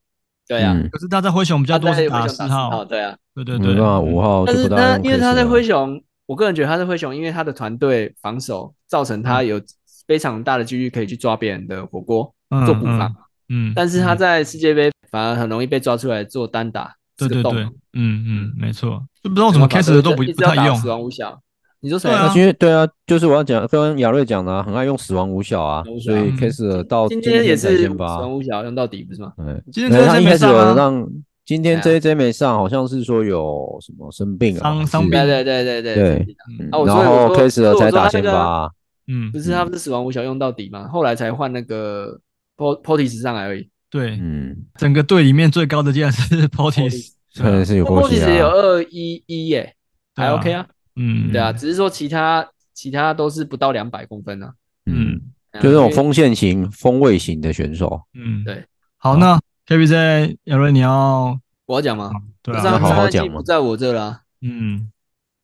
S2: 对啊，
S1: 嗯
S3: 可是他在灰熊比较
S2: 他
S3: 多
S2: 在
S3: 是
S2: 灰熊
S3: 四
S2: 四号，
S3: 号。
S2: 对啊，
S3: 对对
S1: 没
S3: 对嗯
S1: 办，法，五号
S2: 但
S1: 就是不
S2: 他
S1: 大
S2: 因为他在灰
S1: 挥，
S2: 熊，我个人觉得他在灰熊，因为他的团队防守造成他有非常大的几率可以去抓别人的火锅
S3: 嗯
S2: 做补防，
S3: 嗯，
S2: 但是他
S3: 嗯
S2: 在世界杯反而很容易被抓出来做单打，
S3: 对
S2: 是
S3: 对
S2: 个洞
S3: 对
S2: 啊，
S3: 嗯嗯，没错，就不知道怎么开始的都不
S2: 一直
S3: 不
S2: 要
S3: 太
S2: 打
S3: 用
S2: 死，亡五小，你说谁
S3: 对
S2: 啊？
S3: 啊
S1: 那因为对啊，就是我要讲，跟亚瑞讲的啊，很爱用死亡无效啊
S2: 死亡无，效
S1: 所以
S3: 嗯
S1: 开始到
S2: 今
S1: 哦天
S2: 天也
S1: 才
S2: 是
S1: 先
S2: 死
S1: 发，
S2: 亡五小用到底不是吗？
S1: 嗯，
S3: 今天
S1: 那
S3: JJ
S1: 他一
S3: 没
S1: 开始
S3: 上
S1: 有
S3: 啊
S1: 让今天
S2: 对
S1: J J 没上，好像是说有什么生病啊，
S3: 伤
S1: 还是
S3: 伤病
S2: 对对对对
S1: 对
S2: 是的
S1: 嗯
S2: 啊我
S1: 然
S2: 所以我
S1: 后
S2: 说
S1: 开始
S2: 所以我
S1: 才
S2: 说
S1: 打
S2: 他
S1: 先
S2: 那个啊
S1: 发，
S3: 嗯
S2: 不，是他们是死亡五小用到底嘛，后来才换那个 Po Potis 上来而已。
S3: 对，
S1: 嗯，
S3: 整个队里面最高的竟然是 Portis，
S1: 可能是有
S2: 波
S1: 过
S2: 其
S1: 系
S2: 实有
S1: 啊，
S2: 二一一耶，
S3: 对啊
S2: 还 OK 啊，
S3: 嗯，
S2: 对啊，，只是说其他其他都是不到两百公分啊，
S1: 嗯，
S3: 嗯
S1: 就那种
S2: 风
S1: 锋线型、锋卫型的选 手，
S3: 嗯，
S2: 对。
S3: 好，那 KBJ 亚瑞你要
S2: 我要讲吗？
S3: 对
S2: 上
S1: 那
S3: 啊，
S1: 好好
S2: 上赛
S1: 讲
S2: 季
S1: 嘛
S2: 不在我这啦、
S3: 嗯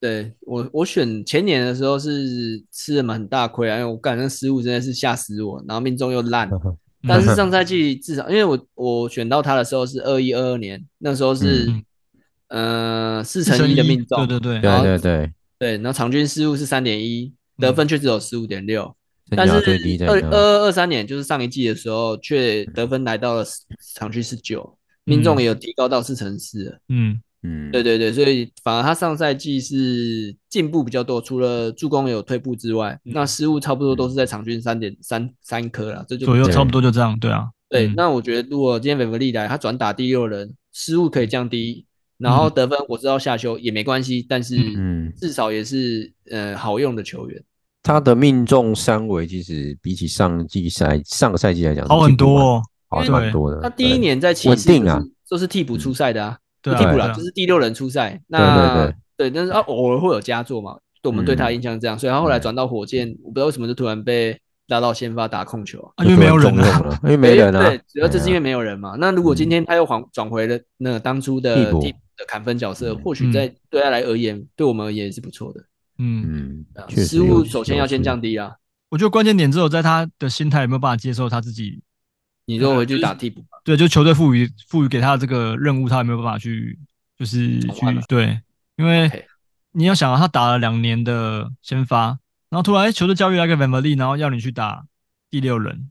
S2: 对我，我选前年的时候是吃了蛮大亏啊，因为我感觉失误真的是吓死我，然后命中又烂。
S3: 嗯
S2: 但是 上赛季至少，因为我我选到他的时候是二一二二年，那时候是、呃嗯四
S3: 四
S2: 乘
S3: 乘
S2: 一的
S3: 一
S2: 命中，
S3: 对对对，
S2: 然
S1: 对啊
S2: 后
S1: 对对，
S2: 对，然后场均失误是三点一，得分却只有十五点六。但
S1: 生
S2: 是
S1: 涯最低的
S2: 二
S1: 那
S2: 二二二三年，就是上一季的时候，却得分来到了10场均十九，命中也有提高到四成四了。
S3: 嗯
S1: 嗯，
S2: 对对对，所以反而他上赛季是进步比较多，除了助攻有退步之外，
S1: 嗯
S2: 那失误差不多都是在场均三点三三颗啦，这就
S3: 左右
S1: 对
S3: 差不多就这样，对啊，
S2: 对。
S3: 嗯
S2: 那我觉得如果今天韦弗利来，他转打第六人，失误可以降低，然
S3: 嗯
S2: 后得分我知道下修也没关系，但是
S1: 嗯，
S2: 至少也是呃好用的球员。
S1: 他的命中三围其实比起上季赛上个赛季来讲，
S3: 好很多，哦，
S1: 好
S2: 因为
S1: 蛮多的。
S2: 他第一
S1: 对
S2: 年在骑
S1: 稳
S2: 士
S1: 定
S2: 就是
S1: 啊
S2: 就是替补出赛的啊，
S3: 对啊
S2: 替补
S3: 对
S2: 啦，
S3: 啊
S2: 就是第六人出赛。那对，但是啊，偶尔会有佳作嘛，对我们对
S1: 嗯
S2: 他的印象这样，所以他后来转到火箭，我不知道为什么就突然被拉到先发打控球啊。
S3: 啊因为没有人
S1: 就突然
S3: 啊，
S1: 中用了，因为没人啊
S2: 对，，主要就是因
S1: 对
S2: 为
S1: 啊
S2: 没有人嘛。那如果今天他又还转回了那个当初的
S1: 替补
S2: 替补的砍分角色，
S1: 嗯
S2: 或许在对他来而言，对我们而言也是不错的。
S3: 嗯，
S1: 嗯
S2: 啊，
S1: 确实
S2: 失
S1: 有
S2: 误首先要
S1: 有
S2: 先
S1: 是
S2: 降低啊，
S3: 我觉得关键点只有在他的心态有没有办法接受他自己，
S2: 你说回去打替补嘛，
S3: 对，就球队赋予赋予给他的这个任务，他有没有办法去，就是
S2: 转
S3: 去
S2: 换啊
S3: 对，因为
S2: OK
S3: 你要想啊，他打了两年的先发，然后突然哎球队交易来个 Van v l i 然后要你去打第六人，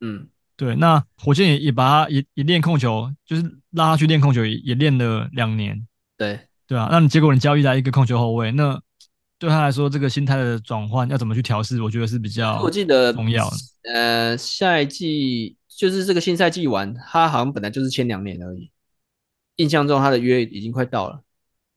S2: 嗯，
S3: 对，那火箭也也把他也也练控球，就是拉他去练控球，也也练了两年，
S2: 对，
S3: 对啊，那你结果你交易来一个控球后卫，那对他来说这个心态的转换要怎么去调试，我觉得是比较
S2: 我记得
S3: 重要的
S2: 呃，下一季就是这个新赛季完，他好像本来就是签两年而已。印象中他的约已经快到了，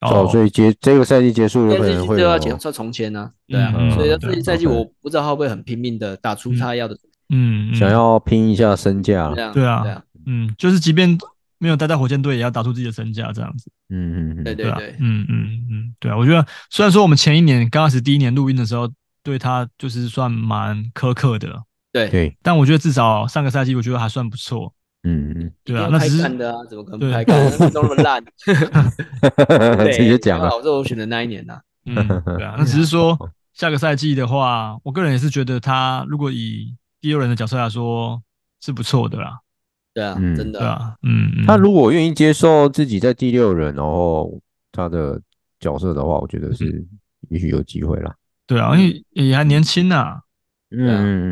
S1: 哦，所以结这个赛季结束有
S2: 但
S1: 可
S2: 是
S1: 能会
S2: 就要
S1: 有
S2: 签要重签啊，对啊，
S3: 嗯
S2: 所以
S3: 嗯
S2: 他这一赛季
S1: 对
S2: 我不知道他会不会很拼命的打出他要的
S3: 嗯，嗯
S1: 想要拼一下身价
S2: 这
S1: 了，
S2: 样，
S3: 对啊
S2: 对啊，
S3: 嗯，就是即便没有待在火箭队，也要打出自己的身价，这样子，
S1: 嗯嗯
S2: 对
S1: 嗯，
S2: 对
S3: 啊
S2: 对，，
S3: 嗯嗯嗯，对啊，我觉得虽然说我们前一年刚开始第一年录音的时候，对他就是算蛮苛刻的，
S2: 对，
S1: 对，
S3: 但我觉得至少上个赛季我觉得还算不错，
S1: 嗯
S3: 对
S2: 一
S3: 啊，那
S2: 定
S3: 只
S2: 要拍
S3: 是
S2: 干的啊，怎么可能
S3: 对
S2: 拍干？那都那么烂，
S1: 嗯， 直接讲
S2: 了，
S1: 了，
S2: 我说我选的那一年呐，
S3: 嗯， 对啊，那只是说下个赛季的话，我个人也是觉得他如果以第六人的角色来说是不错的啦，
S2: 对啊
S1: 嗯，
S2: 真
S3: 对
S2: 的，
S3: 啊，嗯，嗯
S1: 他如果愿意接受自己在第六人，然后他的角色的话，我觉得是
S3: 嗯
S1: 也许有机会啦。
S3: 对啊，因为也还年轻呐、
S1: 嗯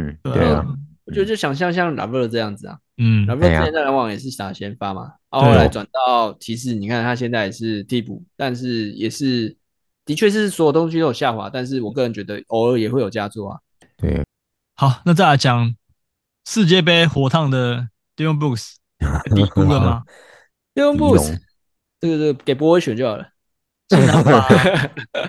S1: 嗯嗯，对
S3: 啊
S1: 啊，，
S2: 我觉得就想像像 l 布 v 这样子啊，
S3: 嗯
S2: 然后
S1: 哎
S2: 之
S1: 呀
S2: 前在篮网也是打先发嘛，啊
S3: 对
S2: 后来转到骑士，你看他现在也是替补，但是也是的确是所有东西都有下滑，但是我个人觉得偶尔也会有佳作啊。
S3: 好，那再来讲世界杯火烫的 Dion Brooks 被低估了吗？
S2: Leon
S1: 迪
S2: Booth，
S1: 龙
S2: 这个这个给波威选就好了。
S3: 竟然把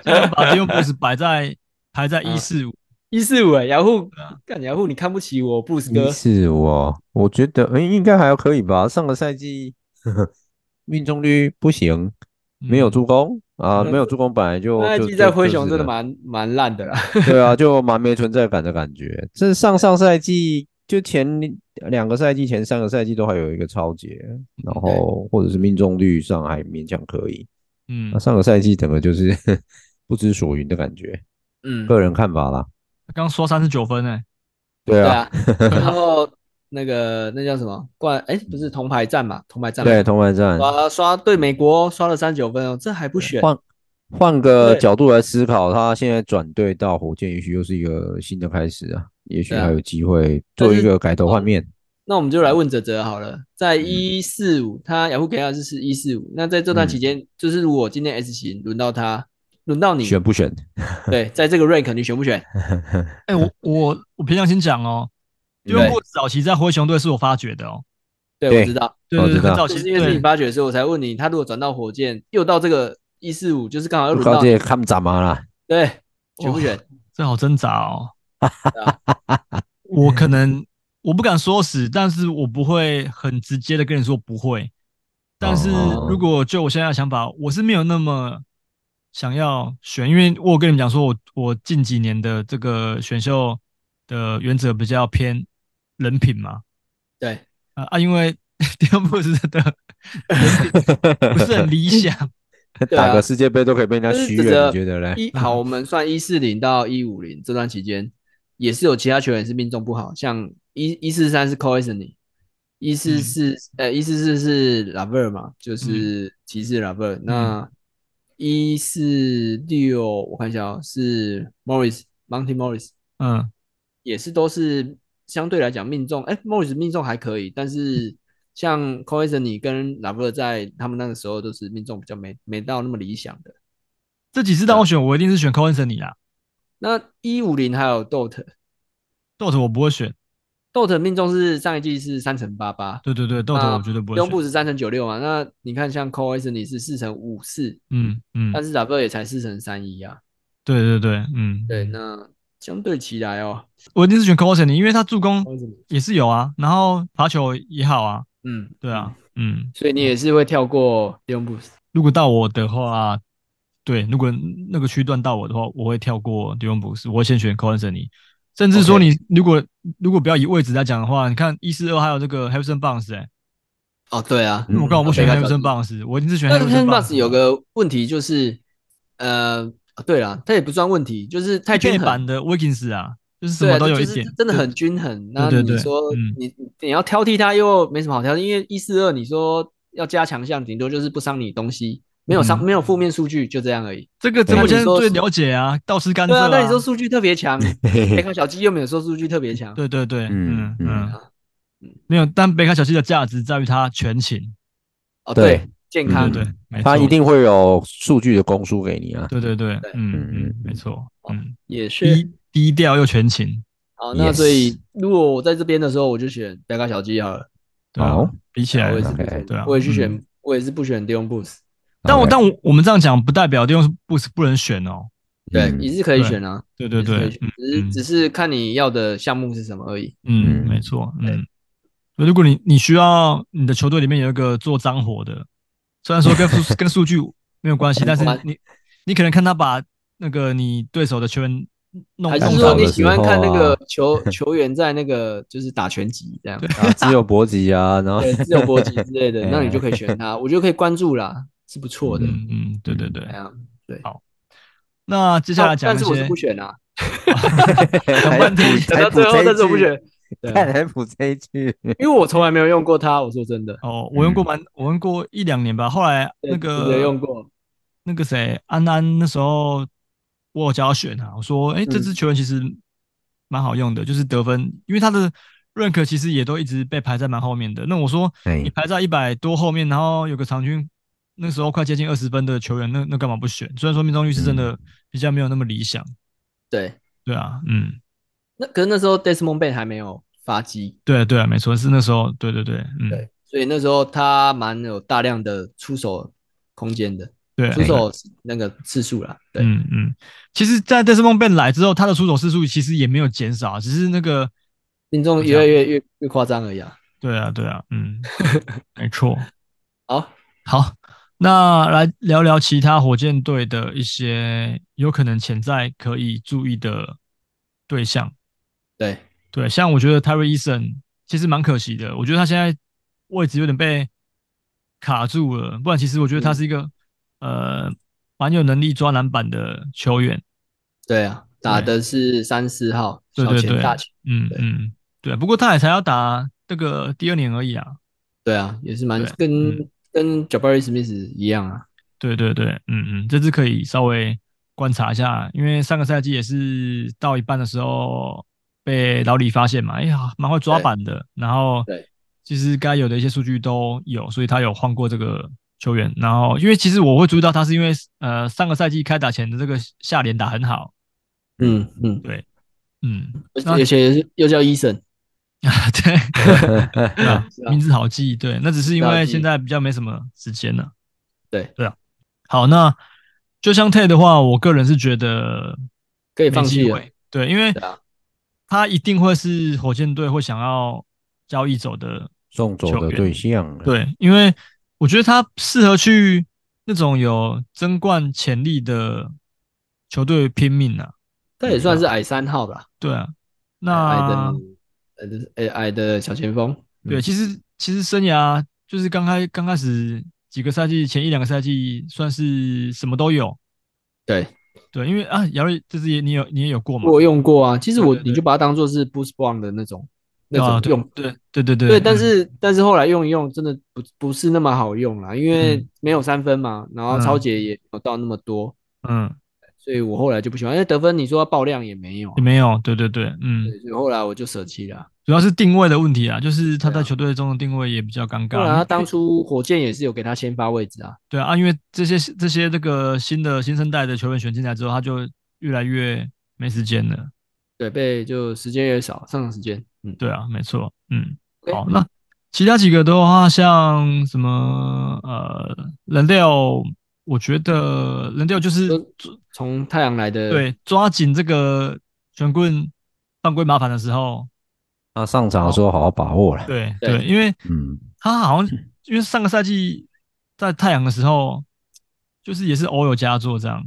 S3: 竟然把 Dion Brooks 摆在排在一四五，
S2: 一四五哎，雅虎，干雅虎，你看不起我布斯哥
S1: 一？四五哦，我觉得嗯应该还可以吧。上个赛季呵呵命中率不行， 没有助攻啊，
S2: 嗯
S1: 没有助攻本来就
S2: 那
S1: 就
S2: 季在
S1: 就
S2: 灰
S1: 就
S2: 熊
S1: 是
S2: 真的
S1: 了
S2: 蛮蛮烂的啦。
S1: 对啊，就蛮没存在感的感觉。这上上赛季就前两个赛季、前三个赛季都还有一个超节，然后或者是命中率上还勉强可以。
S3: 嗯
S1: 那，上个赛季整个就是 不知所云的感觉，
S2: 嗯，
S1: 个人看法啦。
S3: 刚刷三十九分欸呢，
S1: 对
S2: 对
S1: 啊，
S2: 啊。然后那个那叫什么冠？哎，不是铜牌战嘛？铜牌战嘛
S1: 对，同板战
S2: 刷刷对美国刷了三九分哦，这还不选？
S1: 换换个
S2: 对
S1: 角度来思考，他现在转队到火箭，也许又是一个新的开始啊，也许
S2: 对啊
S1: 还有机会
S2: 但
S1: 做
S2: 是
S1: 一个改头换面。
S2: 那我们就
S1: 嗯
S2: 来问哲哲好了，在一四五，他雅虎给他的是一四五。那在这
S1: 嗯
S2: 段期间，就是如果今天 S 型轮到他，轮到你，
S1: 选不选？
S2: 对，在这个 rank 你选不选？
S3: 哎，我我我平常先讲哦，Dion
S1: 嗯对
S3: Brooks 早期在灰熊队是我发掘的哦，
S2: 对，
S1: 对
S2: 我知道，
S3: 对
S1: 我
S3: 对
S1: 哦知
S3: 对，
S1: 道
S3: 很早
S2: 就
S3: 期
S2: 是因为是你
S3: 对
S2: 发掘，所以我才问你，他如果转到火箭，又到这个一四五，就是刚好又
S1: 不
S2: 轮
S1: 靠
S2: 到
S1: 这
S2: 你
S1: 些看怎么啦？
S2: 对，选不
S3: 哇
S2: 选？
S3: 这好挣扎哦
S2: 啊。
S3: 我可能我不敢说死，但是我不会很直接的跟你说不会。但是
S1: 哦
S3: 如果就我现在的想法，我是没有那么想要选，因为我有跟你们讲说我我近几年的这个选秀的原则比较偏人品嘛，
S2: 对，
S3: 啊啊，因为 第二部是真的不 是很理想，
S2: 对啊
S1: 打个世界杯都可以被人家
S2: 就是
S1: 虚
S2: 指
S1: 远，
S2: 着
S1: 你觉得 嘞？
S2: 一好，我们算一四零到一五零这段期间，也是有其他球员是命中不好，像一一四三是 c o i s o n y 一四四呃一四四是 Laver 嘛，就是骑士 Laver、那一四六我看一下哦，是 Morris Monty Morris，
S3: 嗯，
S2: 也是都是相对来讲命中，哎，Morris 命中还可以，但是像 c o i s o n y 跟 Laver 在他们那个时候都是命中比较没没到那么理想的。
S3: 这几次让我选，我一定是选 Cohen 你啦
S2: 那一五零还有 Dot。
S3: ，Dot 我不会选，
S2: Dot 命中是上一季是三乘八八，
S3: 对对对，Dot 我绝对不会
S2: 啊用布
S3: 选，
S2: 是三乘九六嘛。那你看像 c o s 你是四乘五四，
S3: 嗯嗯，
S2: 但是 W 也才四乘三一啊。
S3: 对对对，嗯，
S2: 对，那相对起来哦
S3: 我一定是选 c o s i n 因为他助攻
S2: Cousins
S3: 也是有啊，然后罚球也好啊，
S2: 嗯，
S3: 对啊，嗯，
S2: 所以你也是会跳过 l e o n b o o s
S3: 如果到我的话，对，如果那个区段到我的话，我会跳过 d i o n b o o s 我会先选 c o s i n 甚至说
S2: OK
S3: 你如果如果不要以位置来讲的话，你看一四二还有这个 Harrison Barnes，哎、
S2: 哦，对啊，
S3: 如果刚好不选
S2: 嗯，OK，
S3: Harrison Barnes，我一定是选
S2: 但是
S3: Harrison
S2: Ten
S3: Barnes。
S2: Bus 有个问题就是，呃，对啦，它也不算问题，就是太
S3: 背
S2: 均衡。
S3: 板的 Wiggins 啊，就是什
S2: 对
S3: 么
S2: 啊，
S3: 都有
S2: 就
S3: 一
S2: 是
S3: 点，
S2: 真的很均衡。那
S3: 对对
S2: 你说
S3: 嗯
S2: 你你要挑剔它又没什么好挑剔，因为一四二你说要加强项，顶多就是不伤你东西，没有伤
S3: 嗯
S2: 没有负面数据，就这样而已。
S3: 这个直播
S2: 那
S3: 间
S2: 啊你说
S3: 最
S2: 是
S3: 了解啊，倒吃甘蔗、
S2: 对啊，那你说数据特别强，
S1: 嘿
S2: 北
S1: 嘿
S2: 卡小鸡又没有说数据特别强，
S3: 对对对，嗯
S1: 嗯
S3: 嗯
S1: 嗯
S2: 嗯，
S3: 没有，但北卡小七的价值在于它全勤，
S2: 哦
S1: 对
S2: 对，健
S3: 嗯对
S2: 康
S3: 对，没错
S1: 他一，定会有数据的供输给你啊。
S3: 对对对，嗯
S1: 嗯
S3: 嗯
S1: 嗯，
S3: 没错，嗯，
S2: 也是
S3: 低低调又全勤，
S2: 好。那
S1: Yes
S2: 所以如果我在这边的时候，我就选北卡小鸡好了，
S3: 对啊
S1: 好，
S3: 比起来
S2: 我也是不
S1: 对
S2: 选
S3: 对啊，
S2: 我也去
S3: 嗯。
S2: 选，我也是不选 Dion b o o s
S3: 但我
S1: OK，
S3: 但我我们这样讲，不代表 d i o n b o o s 不能选哦。
S2: 对，
S1: 嗯
S2: 也是可以
S3: 对
S2: 选啊，
S3: 对对
S2: 也
S3: 对
S2: 是，可
S3: 嗯
S2: 以选只是只是看你要的项目是什么而已。
S3: 嗯，嗯
S1: 嗯
S3: 没错，
S2: 对
S3: 嗯。所以如果你你需要你的球队里面有一个做脏活的，虽然说跟数跟数据没有关系，但是
S2: 关
S3: 你你可能看他把那个你对手的球员弄
S2: 还
S3: 弄
S2: 是
S3: 倒
S2: 说
S3: 了
S2: 你喜欢看那
S1: 弄
S3: 啊
S2: 个 球球员在那个就是打拳击这样，
S1: 啊，只有搏击啊，然后
S2: 对自由搏击 之类的，
S1: 哎
S2: 那你就可以选他，我觉得可以关注啦，是不错的。
S3: 嗯嗯，对对对。
S2: 哎呀，
S3: 那接下来讲
S2: 哦但
S3: 一
S2: 是我是
S3: 些
S2: 不，选啊，
S3: 讲半天
S2: 讲到最后，但是我 不选，对啊
S1: 看来补这一 句，
S2: 因为我从来没有用过它。我说真的，
S3: 哦，我用过蛮，我用过一两年吧。后来 那
S2: 嗯对只
S3: 个
S2: 有用过，
S3: 那个谁安安那时候我有叫他选啊，我说哎、诶
S2: 嗯
S3: 这支球员其实蛮好用的，就是得分，因为他的 rank 其实也都一直被排在蛮后面的。那我说
S1: 哎
S3: 你排在一百多后面，然后有个场均那时候快接近二十分的球员，那那干嘛不选？虽然说命中率是真
S2: 嗯
S3: 的比较没有那么理想，
S2: 对，
S3: 对啊，嗯，
S2: 那可是那时候 Desmond Bain 还没有发迹，
S3: 对啊对啊，没错，是那时候，对对对，嗯，
S2: 对所以那时候他蛮有大量的出手空间的，
S3: 对，
S2: 出手那个次数啦。对，
S3: 嗯嗯，其实，在 Desmond b 来之后，他的出手次数其实也没有减少，只是那个，
S2: 命中
S3: 这
S2: 越
S3: 样
S2: 来越越越夸张而已啊。
S3: 对啊对啊，嗯，没错。
S2: 好，
S3: 好，那来聊聊其他火箭队的一些有可能潜在可以注意的对象。
S2: 对，
S3: 对，啊像我觉得 Terry Eason 其实蛮可惜的，我觉得他现在位置有点被卡住了，不然其实我觉得他是一个、呃蛮有能力抓篮板的球员。
S2: 对啊，打的是三四号
S3: 对
S2: 小
S3: 对
S2: 前
S3: 对
S2: 大前，
S3: 嗯
S2: 对
S3: 嗯，对，不过他也才要打这个第二年而已啊。
S2: 对啊，也是蛮
S3: 对嗯
S2: 跟跟 Jabari Smith 一样啊。
S3: 对对对，嗯嗯，这次可以稍微观察一下，因为上个赛季也是到一半的时候被老李发现嘛，哎呀，蛮会抓板的，然后
S2: 对，
S3: 其实该有的一些数据都有，所以他有换过这个球员，然后因为其实我会注意到他是因为呃上个赛季开打前的这个下联打很好，
S2: 嗯嗯，
S3: 嗯， 那
S2: 而且是又叫 Eason，
S3: 啊对，
S1: 哎
S3: 对啊
S2: 是啊
S3: 名字好记，对，那只是因
S2: 是啊
S3: 为
S2: 记
S3: 现在比较没什么时间了。
S2: 对
S3: 对啊，好，那就像 Tay 的话，我个人是觉得
S2: 可以
S3: 没
S2: 放
S3: 机
S2: 弃了。
S3: 会，对，因为
S2: 对啊
S3: 他一定会是火箭队会想要交易走的，
S1: 送走
S3: 球
S1: 的
S3: 员
S1: 对象，，啊
S3: 对，因为我觉得他适合去那种有争冠潜力的球队拼命啊，
S2: 他也算是矮三号吧，
S3: 对啊，
S2: 矮
S3: 那
S2: 的矮的矮矮的小前锋。
S3: 对，其实其实生涯就是刚开刚开始几个赛季，前一两个赛季算是什么都有。
S2: 对，
S3: 对，因为啊，姚瑞这次也你有你也有过嘛？
S2: 我有用过啊。其实
S3: 嗯对
S2: 我
S3: 对对
S2: 你就把它当做是 Boost Brown 的那种那
S3: 啊
S2: 种用。
S3: 对对对对
S2: 对，
S3: 嗯
S2: 但是但是后来用一用，真的不不是那么好用啦，因为
S3: 嗯
S2: 没有三分嘛，然后
S3: 嗯
S2: 超解也没有到那么多，
S3: 嗯
S2: 所以我后来就不喜欢。因为得分你说要爆量也没有啊
S3: 也，没有，对对对，嗯，
S2: 对，所以后来我就舍弃了。啊
S3: 主要是定位的问题啊，就是他
S2: 对
S3: 在
S2: 啊
S3: 球队中的定位也比较尴
S2: 后来
S3: 尬
S2: 他。当初火箭也是有给他先发位置啊，
S3: 对啊，因为这些这些这个新的新生代的球员选进来之后，他就越来越没时间了。
S2: 对，被就时间也少，上场时间，嗯，
S3: 对啊，没错，嗯，
S2: OK
S3: 好，那其他几个的话，像什么呃人 e 我觉得人 e 就是
S2: 都从太阳来的，
S3: 对抓紧这个拳棍犯规麻烦的时候，
S1: 他上场的时候好好把握了，
S3: 对
S2: 对
S3: 对，因为
S1: 嗯，
S3: 他好像因为上个赛季在太阳的时候，就是也是偶有佳作这样，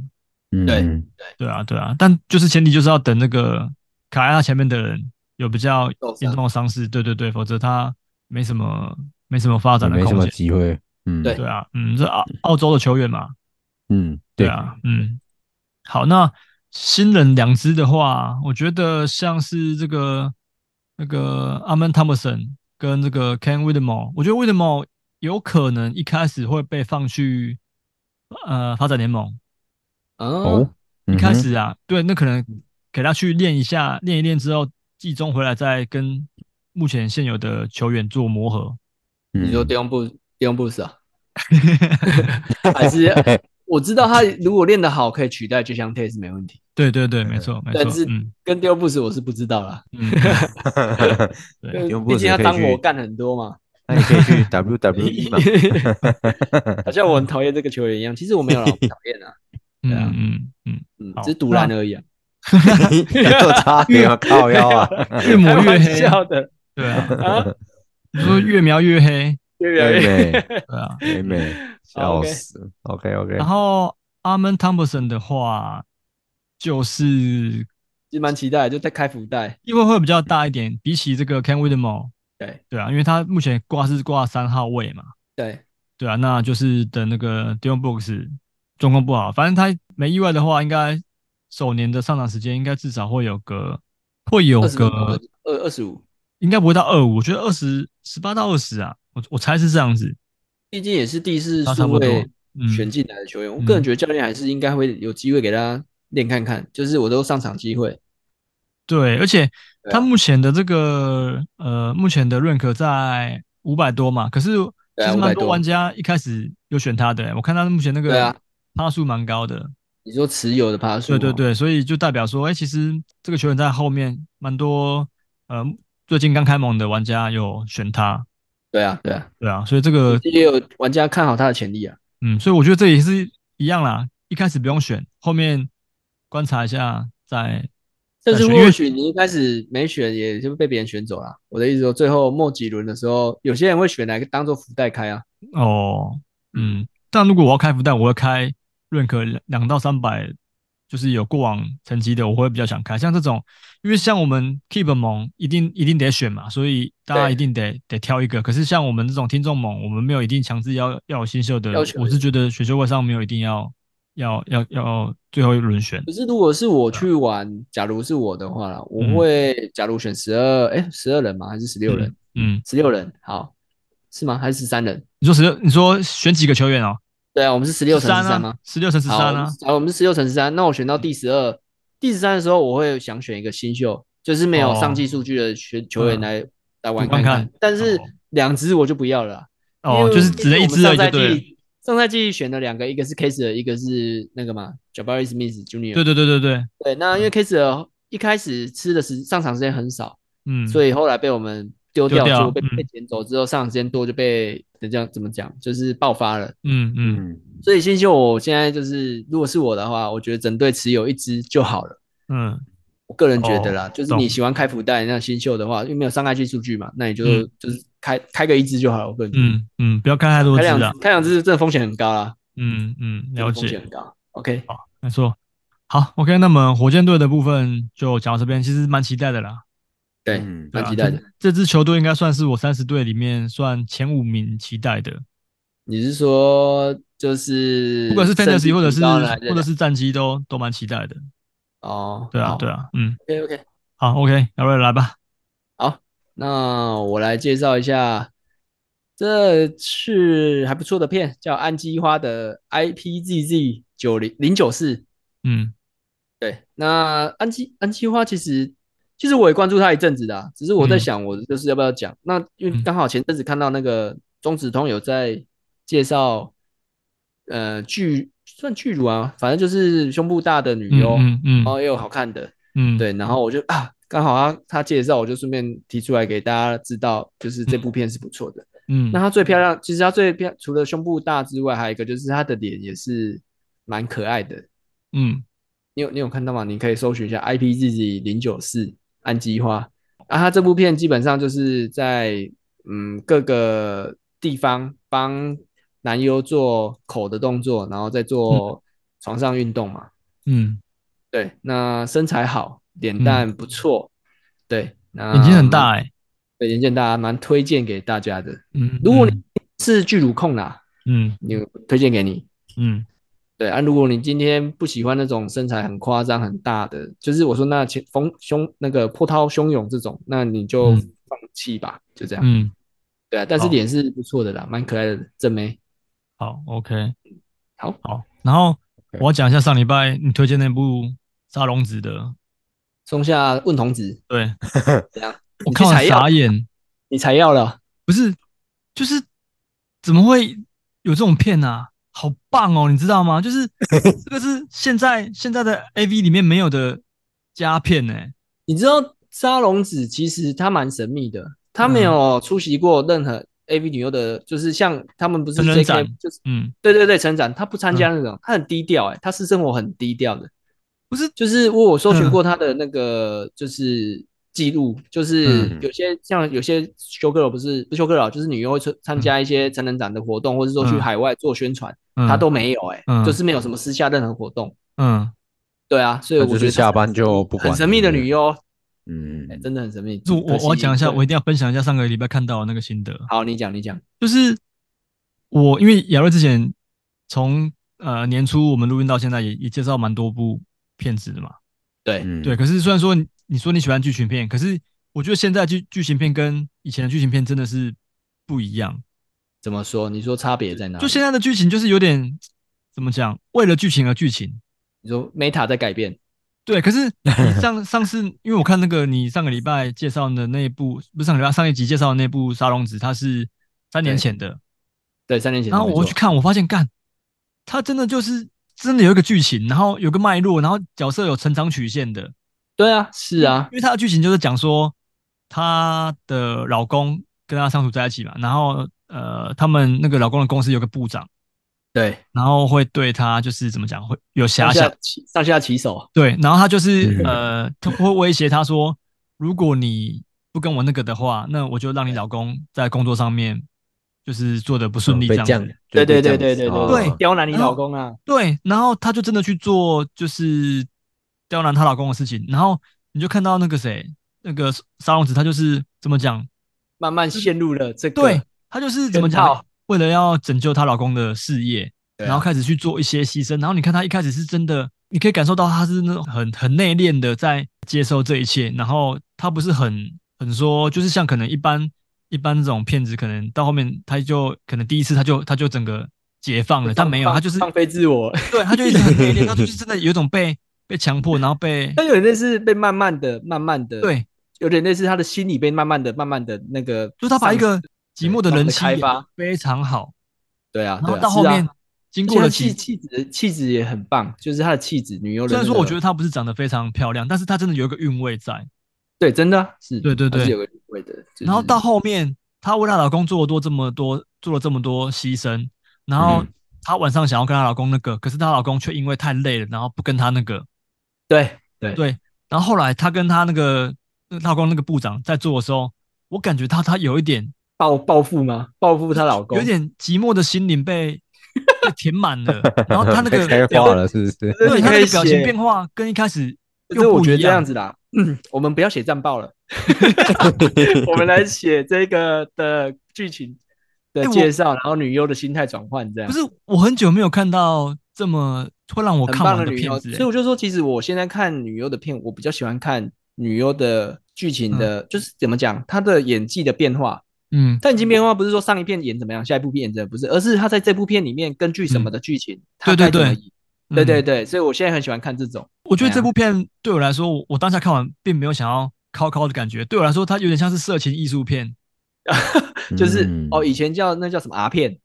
S1: 嗯
S2: 对
S1: 嗯
S3: 对啊对啊，但就是前提就是要等那个卡在他前面的人有比较
S2: 受伤
S3: 严重的伤势，对对对，否则他没什么没什么发展的
S1: 没什
S3: 空
S1: 么
S3: 间。
S1: 机会，嗯，
S2: 对
S3: 对啊，嗯，这澳澳洲的球员嘛，
S1: 嗯，
S3: 对，啊，嗯，好，那新人两支的话，我觉得像是这个那个阿曼汤姆森跟这个 Ken w i d m o 我觉得 w i d m o 有可能一开始会被放去呃发展联盟，
S2: 哦
S1: 哦，，一
S3: 一开始啊，对，那可能给他去练一下，练一练之后，季中回来再跟目前现有的球员做磨合。
S2: 你
S3: 嗯
S1: 你
S2: 说 d i o n b o d i o n b o 啊，还是我知道他如果练得好，可以取代就像 Tay 是没问题，
S3: 对对对，没错没
S2: 但
S3: 错
S2: 是，
S3: 嗯
S2: 跟 d i o n b o 我是不知道啦，
S3: 嗯，对
S1: Dion
S2: 因为
S1: Buss
S2: 毕竟他
S1: 可以
S2: 当
S1: 去
S2: 我干很多嘛，
S1: 那你可以 去 WWE 嘛，
S2: 好像我很讨厌这个球员一样，其实我没有啦，我不讨厌啊，
S3: 嗯
S2: 对啊
S3: 嗯嗯，
S2: 嗯
S3: 好，
S2: 只是独蓝而已啊，
S1: 做差点啊，靠腰 啊，
S3: 嗯 越磨越
S2: 开玩
S3: 黑，
S2: 笑的
S3: 对啊。
S2: 啊，
S3: 你说越描越黑，
S2: 对
S1: 美
S2: 对
S1: 美
S3: 对啊。
S1: 美美，笑死，OK OK，
S3: 然后阿门汤普森的话，就是
S2: 就蛮期待，就在开福袋，
S3: 机会会比较大一点，比起这个 Ken w i d m o
S2: 对
S3: 对啊，因为他目前挂是挂三号位嘛，
S2: 对
S3: 对啊，那就是等那个 Dion Brooks 状况不好，反正他没意外的话，应该首年的上场时间应该至少会有个会有
S2: 二十
S3: 个，
S2: 二二十五，
S3: 应该不会到二五，我觉得二十十八到二十啊，我我猜是这样子，
S2: 毕竟也是第四
S3: 那差
S2: 顺
S3: 不多
S2: 位。
S3: 嗯，
S2: 选进来的球员，我
S3: 嗯
S2: 个人觉得教练还是应该会有机会给他练看看，就是我都上场机会。
S3: 对，而且
S2: 对
S3: 他
S2: 啊
S3: 目前的这个呃，目前的认可在五百多嘛，可是
S2: 对啊
S3: 其实蛮
S2: 500多
S3: 玩家一开始有选他的、欸我看他目前那
S2: 对啊哦
S3: 个趴数蛮高的，
S2: 你说持有的趴数，
S3: 对对，对，所以就代表说，哎、其实这个球员在后面蛮多，呃，最近刚开盟的玩家有选他，
S2: 对啊对啊，
S3: 对啊，所以这个，
S2: 也有玩家看好他的潜力啊，
S3: 嗯，所以我觉得这也是一样啦，一开始不用选，后面观察一下再，
S2: 甚
S3: 但
S2: 至
S3: 是因为
S2: 或许你一开始没选，也就被别人选走了。我的意思说，最后末几轮的时候，有些人会选来当做福袋开啊。
S3: 哦，嗯，但如果我要开福袋，我会开认可两两到三百，就是有过往成绩的，我会比较想开。像这种，因为像我们 Keep 盟一定一定得选嘛，所以大家
S2: 对
S3: 一定得得挑一个。可是像我们这种听众盟，我们没有一定强制要要有新秀的
S2: 要，求
S3: 我是觉得选秀会上没有一定要要要要最后一轮选
S2: 可是如果是我去玩，假如是我的话啦，我
S3: 嗯
S2: 会假如选十二，哎，十二人吗？还是十六人？。
S3: 嗯，
S2: 十六人，好，是吗？还是十三人？
S3: 你说十六，你说选几个球员哦？
S2: 对啊，我们是十六乘十
S3: 13
S2: 三
S3: 啊
S2: 吗？，
S3: 十六乘十
S2: 好，
S3: 三
S2: 我
S3: 啊
S2: 们，好，我们十六乘十三，那我选到第十二、第十三的时候，我会想选一个新秀，就是没有
S3: 哦
S2: 上季数据的球球员
S3: 嗯
S2: 来、来玩
S3: 玩看
S2: 看。但是
S3: 哦
S2: 两支我就不要了啦。因
S3: 哦，
S2: 为
S3: 就是
S2: 毕
S3: 只能
S2: 竟
S3: 一
S2: 我们
S3: 支而已，
S2: 上赛
S3: 就对了。
S2: 季上赛季选了两个，一个是 Kaiser，一个是那个嘛 Jabari Smith Junior。
S3: 对对对对对，
S2: 对那因为 Kaiser 一开始吃的时上场时间很少，
S3: 嗯，
S2: 所以后来被我们丢
S3: 丢
S2: 掉，
S3: 掉
S2: 结果被
S3: 嗯
S2: 被捡走之后，上场时间多就被怎样怎么讲，就是爆发了。
S3: 嗯嗯，
S1: 嗯，
S2: 所以新秀我现在就是，如果是我的话，我觉得整队持有一支就好了。
S3: 嗯，
S2: 我个人觉得啦，就是
S3: 哦懂
S2: 你喜欢开福袋，那新秀的话，因为没有伤害技数据嘛，那你就、
S3: 嗯
S2: 就是开开个一支就好了。我个人觉得
S3: 嗯嗯，不要看太多
S2: 开
S3: 字
S2: 两
S3: 啊
S2: 支。开两支真的风险很高啦。
S3: 嗯嗯，
S2: 这个
S3: 了
S2: 风险
S3: 解，
S2: 很高。OK，
S3: 没错。好，OK，那么火箭队的部分就讲到这边，其实蛮期待的啦，
S2: 对，
S1: 嗯
S3: 对
S2: 蛮
S3: 啊
S2: 期待的。。
S3: 这这支球队应该算是我三十队里面算前五名期待
S2: 嗯
S3: 的，
S2: 你是说就是
S3: 不管是 fantasy 或者是或者
S2: 是
S3: 是战绩都都蛮期待的。
S2: 哦，
S3: 对啊，对啊，嗯，
S2: ，OK OK，
S3: 好，OK，姚瑞来吧。
S2: 那我来介绍一下，这是还不错的片，叫安基花的 IPZZ 九零零九四。
S3: 嗯
S2: 对，那安基安基花其实其实我也关注他一阵子的啊、只是我在
S3: 嗯
S2: 想，我就是要不要讲？那因为
S3: 嗯
S2: 刚好前阵子看到那个中子通有在介绍，呃，巨算巨乳啊，反正就是胸部大的女
S3: 嗯
S2: 优，
S3: 嗯嗯
S2: 然后也有好看的，
S3: 嗯，
S2: 对，然后我就啊，刚好他他介绍，我就顺便提出来给大家知道，就是这部片是不错的。
S3: 嗯，
S2: 那她最漂亮，其实她最漂除了胸部大之外，还有一个就是她的脸也是蛮可爱的。
S3: 嗯
S2: 你有你有看到吗？你可以搜寻一下 IPZZ 零九四安吉花啊，他这部片基本上就是在嗯各个地方帮男优做口的动作，然后再做床上运动嘛。
S3: 嗯，
S2: 对，那身材好，脸蛋不错，对，那
S3: 眼睛很大，哎。
S2: 对，眼睛很大，蛮推荐给大家的。
S3: 嗯，
S2: 如果你是巨乳控啦，
S3: 嗯
S2: 你推荐给你。
S3: 嗯
S2: 对啊，如果你今天不喜欢那种身材很夸张、很大的，就是我说那前风胸那个波涛汹涌这种，那你就
S3: 嗯
S2: 放弃吧，就这样。
S3: 嗯，
S2: 对啊，但是
S3: 好
S2: 脸是不错的啦，蛮可爱的正妹。
S3: 好，OK，
S2: 好，
S3: 好。然后我要讲一下上礼拜你推荐那部《沙龙子》的，
S2: 松下问童子
S3: 对
S2: 怎样？
S3: 我
S2: 你去
S3: 看完
S2: 采药
S3: 傻，眼，
S2: 你采药了？
S3: 不是，就是怎么会有这种片啊？好棒哦，你知道吗？就是 这个是现在现在的 A V 里面没有的佳片欸呢、
S2: 你知道沙龙子其实她蛮神秘的，她
S1: 嗯
S2: 没有出席过任何 AV 女优的，就是像他们不是
S3: 成人
S2: JK，
S3: 展
S2: 就是
S3: 嗯，
S2: 对对对，成长，她不参
S1: 嗯
S2: 加那种，她很低调，哎，她私生活很低调的。
S3: 不是
S2: 就是我有搜
S1: 嗯
S2: 寻过他的那个就是记录，就是
S1: 嗯
S2: 有些像有些修哥佬不是不是修哥佬，就是女优会参参
S1: 嗯
S2: 加一些成人展的活动，或者说去
S3: 嗯
S2: 海外做宣传，
S3: 嗯
S2: 他都没有哎、
S3: 嗯
S2: 就是没有什么私下任何活动。
S3: 嗯，
S2: 对啊，所以
S1: 那
S2: 我
S1: 就是
S2: 觉得
S1: 下班就不管
S2: 很神秘的
S1: 了
S2: 女优，
S1: 嗯，
S2: 哎真的很神秘。
S3: 就我
S2: 可惜
S3: 我要讲一下，
S2: 对
S3: 我一定要分享一下上个礼拜看到的那个心得。
S2: 好，你讲你讲，
S3: 就是我因为亚瑞之前从呃年初我们录音到现在也也介绍蛮多部片子的嘛，
S2: 对，
S1: 嗯
S3: 对。可是虽然说你你说你喜欢剧情片，可是我觉得现在剧剧情片跟以前的剧情片真的是不一样。
S2: 怎么说？你说差别在哪里？
S3: 就现在的剧情就是有点怎么讲，为了剧情而剧情。
S2: 你说 Meta 在改变，
S3: 对，可是你上上次，因为我看那个你上个礼拜介绍的那一部，不是上个礼拜上一集介绍的那部《沙龙子》，它是三年
S2: 对
S3: 前的，
S2: 对，三年前。
S3: 然后我去，看，我发现干，他真的就是真的有一个剧情，然后有个脉络，然后角色有成长曲线的，
S2: 对啊，是啊，
S3: 因为他的剧情就是讲说她的老公跟她相处在一起嘛，然后呃，他们那个老公的公司有个部长，
S2: 对，
S3: 然后会对她就是怎么讲，会有遐
S2: 上
S3: 想
S2: 下，起上下起手，
S3: 对，然后他就是
S1: 嗯
S3: 呃，他会威胁他说，如果你不跟我那个的话，那我就让你老公在工作上面就是做的不顺利这
S1: 嗯被
S3: 样
S1: 降
S3: 子。，
S2: 对对
S1: 被
S2: 对
S1: 降
S2: 对对
S1: 啊
S2: 对，
S3: 对哦
S2: 刁难你
S3: 然后
S2: 老公啊，
S3: 对，然后她就真的去做就是刁难她老公的事情，然后你就看到那个谁，那个沙龙子，他就是怎么讲？
S2: 慢慢陷入了这个
S3: 对，他就是怎么
S2: 圈
S3: 讲
S2: 套？
S3: 为了要拯救她老公的事业，
S2: 对啊
S3: 然后开始去做一些牺牲。然后你看她一开始是真的，你可以感受到她是那种很很内敛的在接受这一切，然后她不是很很说，就是像可能一般一般这种骗子，可能到后面他就可能第一次他就他就整个解放了，
S2: 放
S3: 但没有，
S2: 放
S3: 他就是
S2: 放飞 自我，
S3: 对，他就一直很内敛，他就是真的有一种被被强迫，然后被
S2: 他有点类似被慢慢的、慢慢的，，
S3: 对，
S2: 有点类似他的心理被慢慢的、慢慢的那个上，
S3: 就是他把一个寂寞的
S2: 对
S3: 人
S2: 放
S3: 妻
S2: 得开
S3: 演
S2: 发
S3: 得非常好，
S2: 对啊，
S3: 然
S2: 对
S3: 后
S2: 啊
S3: 到后面、
S2: 是啊
S3: 经
S2: 而
S3: 过
S2: 且
S3: 了
S2: 他
S3: 几
S2: 气气质气质也很棒，就是他的气质，女优的
S3: 虽
S2: 那
S3: 然
S2: 个。
S3: 说我觉得她不是长得非常漂亮，但是她真的有一个韵味在。
S2: 对，真的啊是，
S3: 对对
S2: 他是
S3: 对
S2: 有个韵味的。就是
S3: 然后到后面，她为她老公做了多这么多，做了这么多牺牲，然后
S1: 嗯
S3: 她晚上想要跟她老公那个，可是她老公却因为太累了，然后不跟她那个。
S2: 对对
S3: 对然后后来她跟她那个那她老公那个部长在做的时候，我感觉她她有一点
S2: 报报复吗？报复她老公，
S3: 有点寂寞的心灵被被填满了，然后她那
S1: 被
S3: 个
S1: 开
S3: 表
S1: 化了，是不 是？
S2: 这
S3: 对
S2: 你
S3: 她
S2: 可
S3: 那
S2: 以
S3: 个表情
S2: 写
S3: 变化跟一开始
S2: 可是
S3: 又
S2: 我
S3: 不
S2: 觉
S3: 一
S2: 得这样
S3: 样。
S2: 子啦，嗯我们不要写战报 了，我们来写这个的剧情的
S3: 哎我
S2: 介绍，然后女优的心态转换，这样
S3: 不是我很久没有看到这么会让我
S2: 很
S3: 看
S2: 棒
S3: 完
S2: 的
S3: 的
S2: 女
S3: 片
S2: 优。
S3: 子、
S2: 所
S3: 欸
S2: 以我就说，其实我现在看女优的片，我比较喜欢看女优的剧情的，就是怎么讲，她的演技的变化。
S3: 嗯，
S2: 但已经变化不是说上一片演怎么样，下一部片演怎么样不是，而是她在这部片里面根据什么的剧情，她
S3: 对
S2: 该
S3: 对
S2: 怎么
S3: 对
S2: 演。对对
S3: 嗯，
S2: 对，所以我现在很喜欢看这种。
S3: 我觉得
S2: 对啊
S3: 这部片对我来说，我我当下看完并没有想要靠靠的感觉，对我来说，它有点像是色情艺术片，
S2: 就是、
S1: 嗯
S2: 哦，以前叫那叫什么 R 片，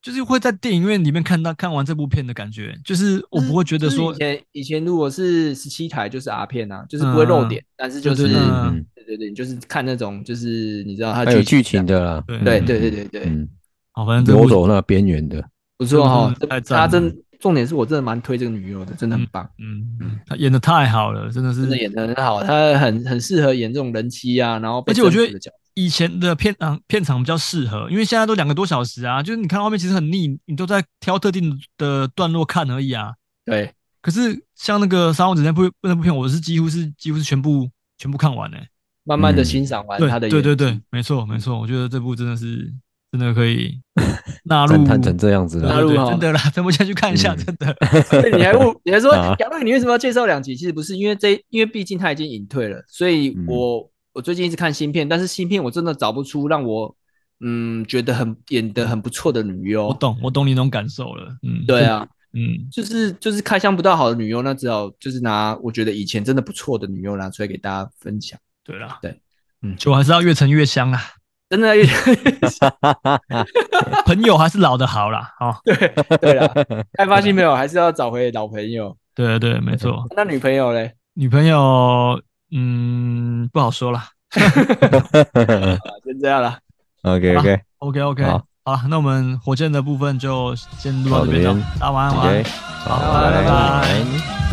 S3: 就是会在电影院里面看到看完这部片的感觉，就是我不会觉得
S2: 嗯就是
S3: 说
S2: 以，前以前如果是十七台就是 R 片啊，就是不会
S3: 嗯
S2: 漏点，但是就是
S3: 对对对
S1: 嗯，
S2: 对对对，你就是看那种就是你知道它
S1: 还有
S2: 剧
S1: 剧情
S2: 的，
S1: 的啦，
S3: 对
S2: 对对对对对，
S1: 嗯，
S3: 好，反正这
S1: 游
S3: 部
S1: 走那边缘的，
S2: 不错哈
S3: 这部真的嗯太，赞
S2: 他
S3: 了
S2: 真重点是我真的蛮推这个女优的，真的很棒，
S3: 嗯，他演的太好了，真的是
S2: 真的演的很好，她很很适合演这种人妻啊，然后被
S3: 而且我觉得
S2: 征服的角色
S3: 以前的片场片场比较适合，因为现在都两个多小时啊，就是你看到后面其实很腻，你都在挑特定的段落看而已啊。
S2: 对
S3: 可是像那个《沙王子》那部那部片，我是几乎是几乎是全部全部看完呢、
S2: 慢慢的
S1: 嗯
S2: 欣赏完
S3: 对
S2: 她的
S3: 对对
S2: 演技嗯
S3: 对，没错没错，我觉得这部真的是真的可以纳 入
S1: 赞叹成这样子
S3: 对
S2: 啊纳
S1: 了，
S3: 对
S2: 入
S3: 对
S2: 哈
S3: 真的啦，咱们先去看一下，
S1: 嗯
S3: 真的。
S2: 对，你还问，你还说
S1: 啊
S2: 杨乐，你为什么要介绍两集？其实不是，因为这，因为毕竟他已经隐退了，所以
S1: 嗯
S2: 我、我最近一直看新片，但是新片我真的找不出让我嗯觉得很演得很不错的女优
S3: 我。懂，我懂你那种感受了。嗯，
S2: 对，啊，
S3: 嗯，
S2: 就是就是开箱不到好的女优，那只好就是拿我觉得以前真的不错的女优拿出来给大家分享。
S3: 对啦，
S2: 对，嗯
S3: 酒还是要越陈越香啊，
S2: 真的，
S3: 朋友还是老的好啦。好，
S2: 对了，开发新朋友还是要找回老朋友。
S3: 对对对，没错。
S2: 那女朋友嘞？
S3: 女朋友，嗯，不好说啦。
S2: 啊先这样了，
S1: OK OK
S3: OK OK，
S1: 好
S3: 好了，那我们火箭的部分就先录到
S1: 到
S3: 这
S1: 这
S3: 边
S1: 边
S3: 了。大家晚安，晚安
S1: OK，。好，
S3: 啊拜拜
S1: 拜拜。